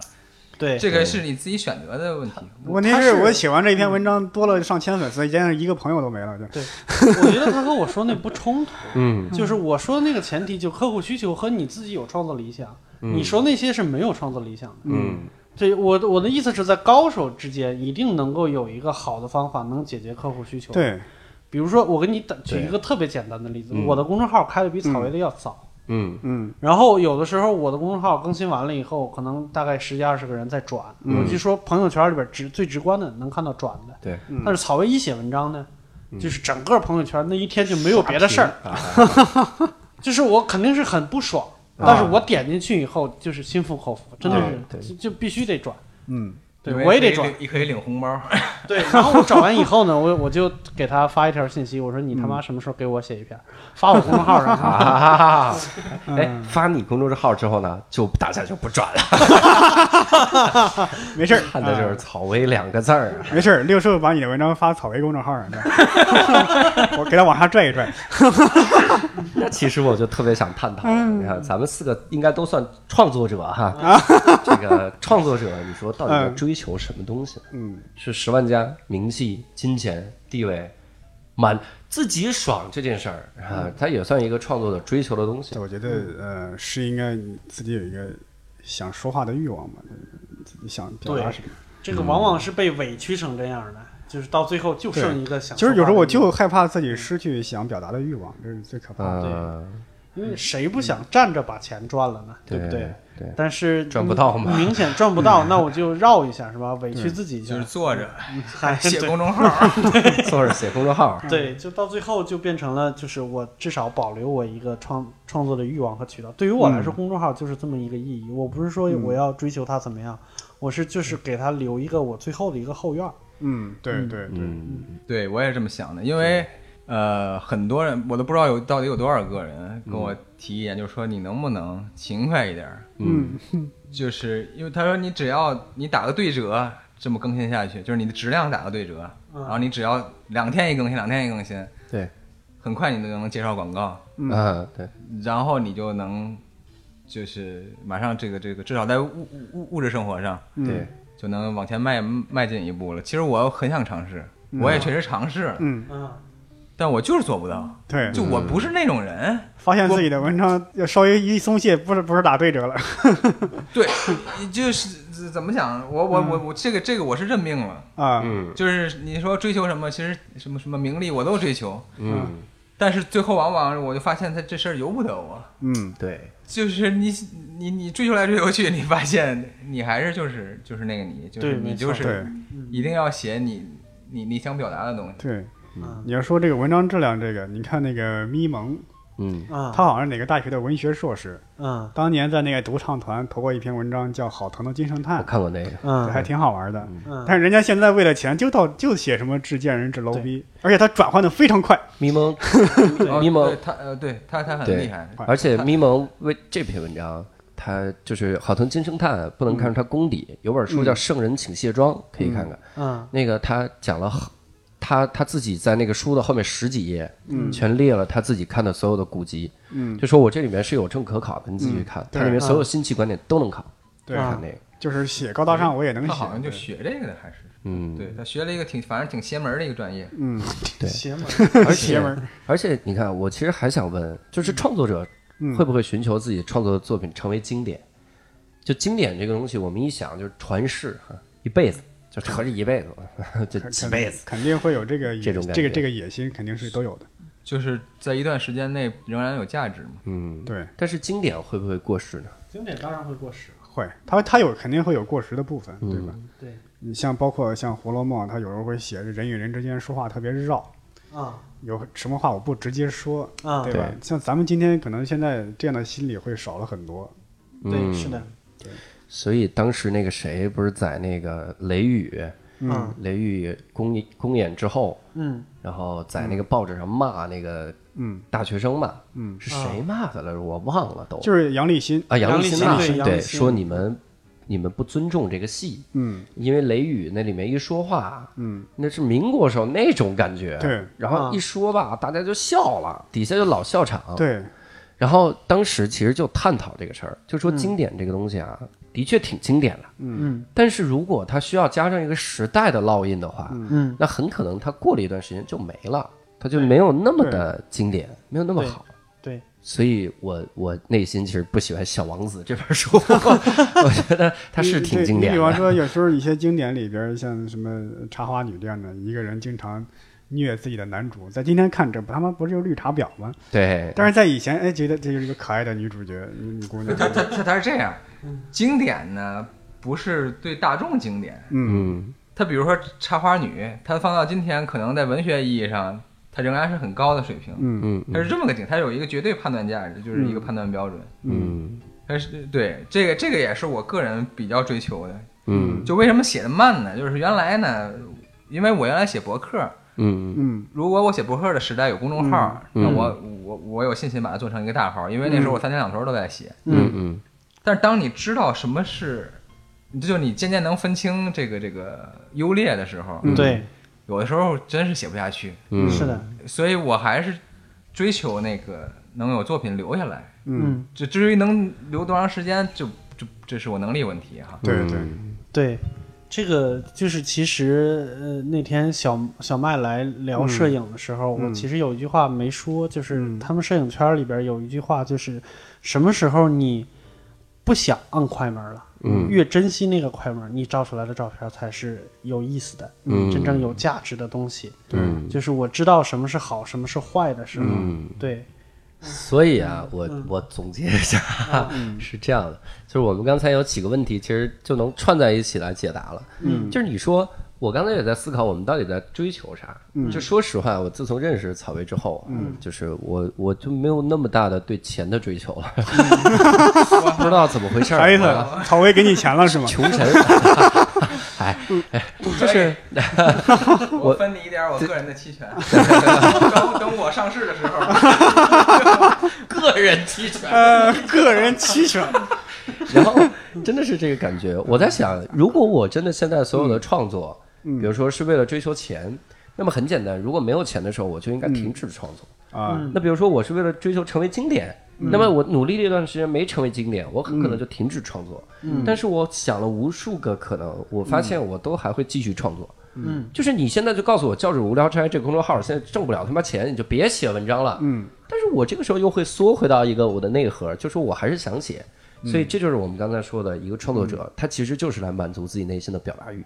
S3: 对
S4: 这个是你自己选择的问题。
S2: 问题
S3: 他
S2: 是
S3: 是
S2: 我写完这篇文章多了上千粉丝，加上一个朋友都没了，就
S3: 对， <laughs> 我觉得他和我说那不冲突，
S1: <laughs> 嗯，
S3: <laughs> 就是我说那个前提，就客户需求和你自己有创作理想，你说那些是没有创作理想的。
S1: 嗯，
S3: 这我我的意思是在高手之间一定能够有一个好的方法能解决客户需求。，
S2: 对，
S3: 比如说我给你打举
S1: 对
S3: 一个特别简单的例子，
S1: 嗯
S3: 我的公众号开的比草莓的要早。
S1: 嗯
S2: 嗯
S3: 然后有的时候我的公众号更新完了以后，可能大概十几二十个人在转。
S1: 嗯
S3: 我就说朋友圈里边直最直观的能看到转的，
S1: 对，嗯
S2: 嗯
S3: 但是草薇一写文章呢，就是整个朋友圈那一天就没有别的事儿，就是我肯定是很不爽，
S1: 啊
S3: 但是我点进去以后就是心服口服，真的
S1: 对。
S3: 是就就必须得转，
S2: 嗯
S3: 对
S4: 因为
S3: 我也得
S4: 可以
S3: 转，
S4: 领，也可以领红包。
S3: 对。然后我转完以后呢，我我就给他发一条信息，我说你他妈什么时候给我写一篇，发我公众号上
S1: <laughs> 啊！哎，发你公众号之后呢，就大家就不转了，
S2: 没事儿，
S1: 看的就是“
S2: 啊
S1: 草薇”两个字儿啊。
S2: 没事儿。六兽把你的文章发草莓公众号上， <laughs> 我给他往上拽一拽。
S1: 那其实我就特别想探讨，你看咱们四个应该都算创作者哈， <laughs> 这个创作者，你说到底要
S2: 嗯
S1: 追求什么东 <laughs> 西呢？
S2: 嗯，
S1: 是十万加名气、金钱、地位，满自己爽这件事儿啊，它也算一个创作者追求的东西
S2: 对。我觉得呃是应该你自己有一个想说话的欲望吧，就是自己想表达
S3: 对
S2: 什么。
S3: 这个往往是被委屈成这样的，就是到最后就剩一个想。
S2: 就是有时候我就害怕自己失去想表达的欲望，这是最可怕的。
S1: 啊，
S3: 因为谁不想站着把钱赚了呢？对不
S1: 对？对
S3: 但是
S1: 赚不到嘛
S3: 嘛，明显赚不到，那我就绕一下是吧？委屈自己一下
S4: 就是
S3: <laughs>
S4: 坐着
S3: 嗨
S4: 写
S3: 哎对
S4: 公众号，
S1: 做着写公众号，
S3: 对，就到最后就变成了，就是我至少保留我一个创创作的欲望和渠道。对于我来说，公众号就是这么一个意义。我不是说我要追求它怎么样，我是就是给它留一个我最后的一个后院儿。
S2: 嗯，对对对，
S1: 嗯，
S4: 对我也这么想的，因为呃，很多人我都不知道有到底有多少个人跟我提意见，就是说你能不能勤快一点儿？
S2: 嗯
S4: 就是因为他说你只要你打个对折，这么更新下去，就是你的质量打个对折，
S3: 嗯
S4: 然后你只要两天一更新，两天一更新，
S1: 对，
S4: 很快你就能接上广告，
S2: 嗯
S1: 啊，对，
S4: 然后你就能就是马上这个这个至少在物物物物质生活上
S2: 嗯
S1: 对，
S4: 就能往前迈迈进一步了。其实我很想尝试，我也确实尝试了，
S2: 嗯，
S3: 嗯，
S4: 但我就是做不到。
S2: 对，
S4: 就我不是那种人，
S2: 发现自己的文章要稍微一松懈，不是不是打对折了。
S4: 对，就是怎么讲，我我我我这个这个我是认命了。
S2: 啊，
S1: 嗯
S4: 就是你说追求什么，其实什么什么名利我都追求，
S1: 嗯，
S4: 但是最后往往我就发现他这事儿由不得我。
S2: 嗯，
S1: 对，
S4: 就是你你你追求来追求去，你发现你还是就是就是那个你，就是
S3: 对
S4: 你
S3: 没
S4: 就
S3: 错
S2: 对
S4: 是一定要写你你你想表达的东西。
S2: 对，
S3: 嗯
S2: 你要说这个文章质量，这个你看那个咪蒙，
S1: 嗯
S3: 啊，
S2: 他好像是哪个大学的文学硕士，
S3: 嗯
S2: 当年在那个独唱团投过一篇文章，叫《好疼的金圣
S1: 我
S2: 叹
S1: 看过那个，》，
S2: 还
S3: 嗯
S2: 挺好玩的。
S3: 嗯，
S2: 但是人家现在为了钱就到就写什么致贱人、致 low
S3: 对
S2: 逼，而且他转换的非常快。
S1: 咪蒙，
S4: 哦
S1: 咪蒙
S4: 对他呃，对他他很
S1: 对
S4: 厉害，
S1: <laughs> 而且咪蒙为这篇文章，他就是好疼金圣叹，不能看出他功
S2: 嗯
S1: 底。有本书叫《圣人请卸妆》，可以看看。
S3: 嗯
S1: 那个他讲了很，他他自己在那个书的后面十几页，
S2: 嗯
S1: 全列了他自己看的所有的古籍，
S2: 嗯，
S1: 就说我这里面是有证可考的，你自己去看，
S2: 嗯
S1: 它
S2: 对
S1: 里面所有新奇观点都能考。
S2: 对，
S3: 啊
S1: 看那个，
S2: 就是写高大上我也能
S4: 他
S2: 写。
S4: 好像就学这个的，还是
S1: 嗯，
S4: 对他学了一个挺反正挺邪门儿的一个专业。
S2: 嗯，
S1: 对
S3: 邪门儿，
S1: 而
S2: <laughs> 邪门
S1: 且 <laughs>
S2: 儿。
S1: 而且你看，我其实还想问，就是创作者
S2: 嗯
S1: 会不会寻求自己创作的作品成为经典？就经典这个东西，我们一想就是传世哈，一辈子就合着一辈子了， <laughs> 就
S2: 肯
S1: 几辈子。
S2: 肯定会有这个野
S1: 这种感
S2: 这个
S1: 觉
S2: 这个野心，肯定是都有的。
S4: 就是在一段时间内仍然有价值嘛。
S1: 嗯，
S2: 对，
S1: 但是经典会不会过时呢？
S3: 经典当然会过时。
S2: 会，他他有肯定会有过时的部分，对吧？
S1: 嗯
S3: 对
S2: 你像包括像《红楼梦》，他有时候会写人与人之间说话特别绕，
S3: 啊
S2: 有什么话我不直接说，
S3: 啊，
S2: 对吧？像咱们今天可能现在这样的心理会少了很多。
S3: 对，是的，
S1: 所以当时那个谁不是在那个雷雨，
S3: 嗯
S1: 雷雨公公演之后，
S3: 嗯
S1: 然后在那个报纸上骂那个
S2: 嗯，
S1: 大学生嘛，
S2: 嗯，
S1: 是谁骂的来着？我忘了都。
S2: 就是杨立新，
S1: 啊，
S3: 杨
S1: 杨
S3: 立
S1: 新
S3: 新
S1: 骂
S3: 对杨
S1: 对
S3: 立新
S1: 说你们你们不尊重这个戏，
S2: 嗯
S1: 因为雷雨那里面一说话，
S2: 嗯，
S1: 那是民国时候那种感觉，
S2: 对，
S1: 然后
S3: 啊
S1: 一说吧，大家就笑了，底下就老笑场，。
S2: 对，
S1: 然后当时其实就探讨这个事儿，就说经典这个东西啊，的确挺经典的，
S3: 嗯
S1: 但是如果它需要加上一个时代的烙印的话，
S3: 嗯，
S1: 那很可能它过了一段时间就没了，它就没有那么的经典，没有那么
S3: 对
S1: 好。
S3: 对，
S1: 所以我，我内心其实不喜欢《小王子》这本
S2: <laughs>
S1: 书，我觉得它是挺经典
S2: 你。你比方
S1: 的。
S2: 说，有时候一些经典里边儿，像什么茶花女这样的，一个人经常虐自己的男主，在今天看这不他妈不是就绿茶婊吗？
S1: 对，
S2: 但是在以前，哎，觉得这就是一个可爱的女主角，女
S1: <laughs>
S2: 姑娘。
S4: 他他他他是这样，经典呢不是对大众经典，
S2: 嗯
S1: 嗯，
S4: 它比如说插花女，它放到今天可能在文学意义上，它仍然是很高的水平。
S2: 嗯
S1: 嗯
S4: 它是这么个景，它有一个绝对判断价值，就是一个
S2: 嗯
S4: 判断标准。
S1: 嗯
S4: 但是对这个这个也是我个人比较追求的。
S1: 嗯
S4: 就为什么写的慢呢？就是原来呢，因为我原来写博客，
S1: 嗯
S2: 嗯
S4: 如果我写博客的时代有公众号，
S1: 嗯
S4: 那
S1: 嗯
S4: 我我我有信心把它做成一个大号，因为那时候我三天两头都在写。
S1: 嗯嗯
S4: 但是当你知道什么是，就你渐渐能分清这个这个优劣的时候，
S1: 嗯
S3: 对，
S4: 有的时候真是写不下去，
S1: 嗯，
S3: 是的，
S4: 所以我还是追求那个能有作品留下来。
S2: 嗯，
S3: 嗯，
S4: 这至于能留多长时间，就就这是我能力问题哈。
S2: 对
S1: 嗯
S2: 对，
S3: 对，这个就是其实呃，那天小小麦来聊摄影的时候，
S2: 嗯
S3: 我其实有一句话没说，就是
S2: 嗯
S3: 他们摄影圈里边有一句话，就是什么时候你不想按快门了，
S1: 嗯
S3: 越珍惜那个快门，你照出来的照片才是有意思的，
S1: 嗯
S3: 真正有价值的东西。
S1: 嗯
S3: 就是我知道什么是好，什么是坏的时候，
S1: 嗯，
S3: 对，
S1: 所以啊，我我总结一下， <laughs> 是这样的，就是我们刚才有几个问题，其实就能串在一起来解答了。嗯，就是你说，我刚才也在思考，我们到底在追求啥？嗯，就说实话，我自从认识草莓之后啊，就是我我就没有那么大的对钱的追求 <laughs> 了，不知道怎么回事儿。
S2: 啥意
S1: 我
S2: 思？草薇给你钱了是吗？
S1: 穷神， <laughs> 哎， <laughs>
S4: 就是 <laughs> 我分你一点我个人的期 <laughs> 权，等等我上市的时候，
S1: 个人提成。
S2: <laughs> 呃，个人期权，
S1: <laughs> 然后真的是这个感觉。我在想，如果我真的现在所有的创作，比如说是为了追求钱，那么很简单，如果没有钱的时候，我就应该停止创作。
S2: 啊，
S1: 那比如说我是为了追求成为经典，那么我努力了一段时间没成为经典，我很可能就停止创作。但是我想了无数个可能，我发现我都还会继续创作。
S3: 嗯，
S1: 就是你现在就告诉我“教主无聊斋”这个公众号现在挣不了他妈钱，你就别写文章了。
S2: 嗯，
S1: 但是我这个时候又会缩回到一个我的内核，就是我还是想写。所以这就是我们刚才说的一个创作者，他其实就是来满足自己内心的表达欲。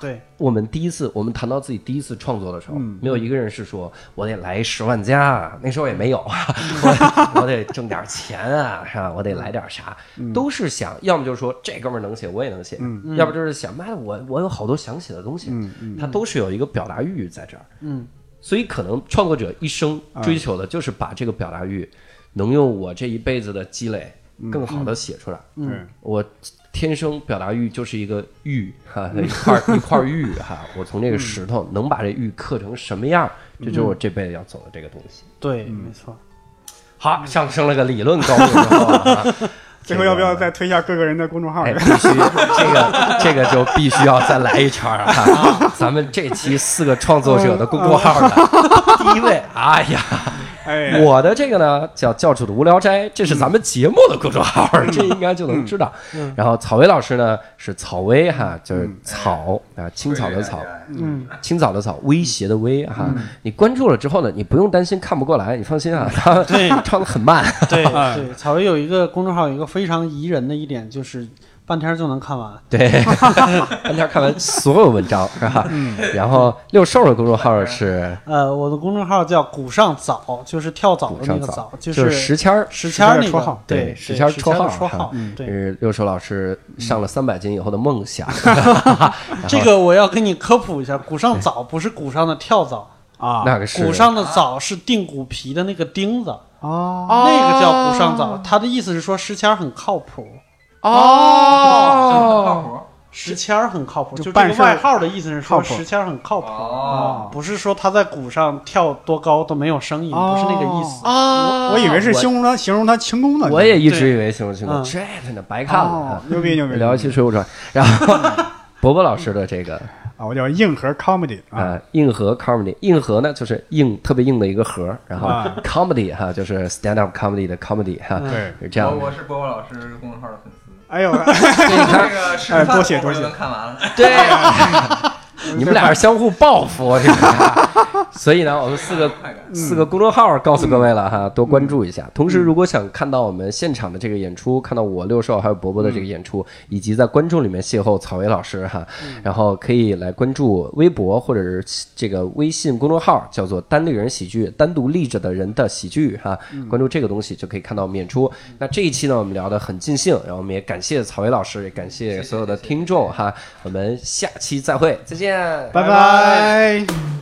S3: 对，
S1: 我们第一次，我们谈到自己第一次创作的时候，没有一个人是说我得来十万加啊，那时候也没有啊，我我得挣点钱啊，是吧？我得来点啥，都是想，要么就是说这哥们儿能写，我也能写，要不就是想，妈的，我我有好多想写的东西，他都是有一个表达欲在这儿，
S3: 嗯，
S1: 所以可能创作者一生
S2: 啊
S1: 追求的就是把这个表达欲，能用我这一辈子的积累，
S2: 嗯
S1: 更好的写出来，
S2: 对，
S1: 我天生表达欲就是一个玉哈， <laughs> 一块
S2: <laughs>
S1: 儿一块儿玉哈，我从这个石头
S2: 嗯
S1: 能把这玉刻成什么样，这就是我这辈子要走的这个东西。
S2: 嗯
S3: 对，没错。
S1: 好，上升了个理论高度之后啊，
S2: <laughs> 最后要不要再推一下各个人的公众号
S1: 哎，？必须这个 <laughs> 这个就必须要再来一茬儿啊！咱们这期四个创作者的公众号
S2: <laughs>
S1: 的第一位，哎呀，
S2: 哎，
S1: 我的这个呢叫教主的无聊斋，这是咱们节目的公众号，
S3: 嗯
S1: 这应该就能知道。然后草薇老师呢是草薇哈，就是草啊，青草的草，
S3: 嗯，
S1: 青草的草，威胁的威哈。你关注了之后呢，你不用担心看不过来，你放心啊，他唱的很慢。
S3: 对
S2: 哎
S3: 对，草莓有一个公众号，有一个非常宜人的一点就是半天就能看完。 <laughs>
S1: 对，半天看完所有文章是吧？
S3: 嗯
S1: 然后六兽的公众号是
S3: 呃，我的公众号叫“古上早”，就是跳蚤的那
S1: 上
S3: 个
S1: 早，
S3: 就
S1: 就是
S3: 是
S1: 石签儿。
S3: 石签儿
S2: 石
S3: 那
S2: 签儿的绰
S3: 个
S2: 号，
S1: 对
S3: 对，
S1: 石
S3: 石
S1: 签儿
S3: 签儿
S1: 绰号
S3: 的绰
S1: 哈嗯
S3: 号，嗯对。
S1: 是六兽老师上了三百斤以后的梦想。
S3: <laughs> 这个我要给你科普一下，古上早不是古上的跳蚤，
S2: 啊
S1: 那个是
S3: 古上的早是定骨皮的那个钉子，
S2: 啊，
S3: 那个叫古上早。它的意思是说石签儿很靠谱，
S4: 哦靠谱
S3: 石签儿很靠谱，
S2: 就
S3: 就这
S2: 办
S3: 个
S2: 事儿
S3: 外号的意思是说
S2: 靠谱
S3: 石签儿很靠谱，啊
S4: 哦
S3: 不是说他在鼓上跳多高都没有声音，不是那个意思。
S2: 哦
S1: 啊
S2: 我以为是形容他形容他轻功呢。
S1: <laughs> 我也一直以为形容情况，
S3: 嗯
S1: 这真的白看了。
S2: 哦
S1: 啊，
S2: 牛逼牛逼！
S1: 聊一期《水浒传》，然后 <laughs> 伯伯老师的这个
S2: 啊，我叫硬核 comedy 啊，
S1: 呃硬核 comedy，硬核呢就是硬特别硬的一个核，然后
S2: 啊
S1: comedy 哈就是 stand up comedy 的 comedy 哈，
S2: 对，
S1: 是这样
S4: 嗯我
S1: 的。
S4: 我是波波老师公众号的粉丝，
S2: 哎呦， <laughs>
S4: 这个吃
S2: 哎
S4: 饭
S2: 多谢
S4: 我
S2: 多
S4: 回
S2: 谢
S4: 头能看完了。
S1: 对， <laughs> 你们俩是相互报复，这个。所以呢，我们四个
S4: 快感
S1: 四个公众号告诉各位了哈，多关注一下。同时，如果想看到我们现场的这个演出，看到我六兽还有伯伯的这个演出，以及在观众里面邂逅草莓老师哈，然后可以来关注微博或者是这个微信公众号，叫做“单立人喜剧”，单独立着的人的喜剧哈，关注这个东西就可以看到我们演出。那这一期呢，我们聊得很尽兴，然后我们也感谢草莓老师，也感谢所有的听众哈，我们下期再会，再见，
S2: 拜拜。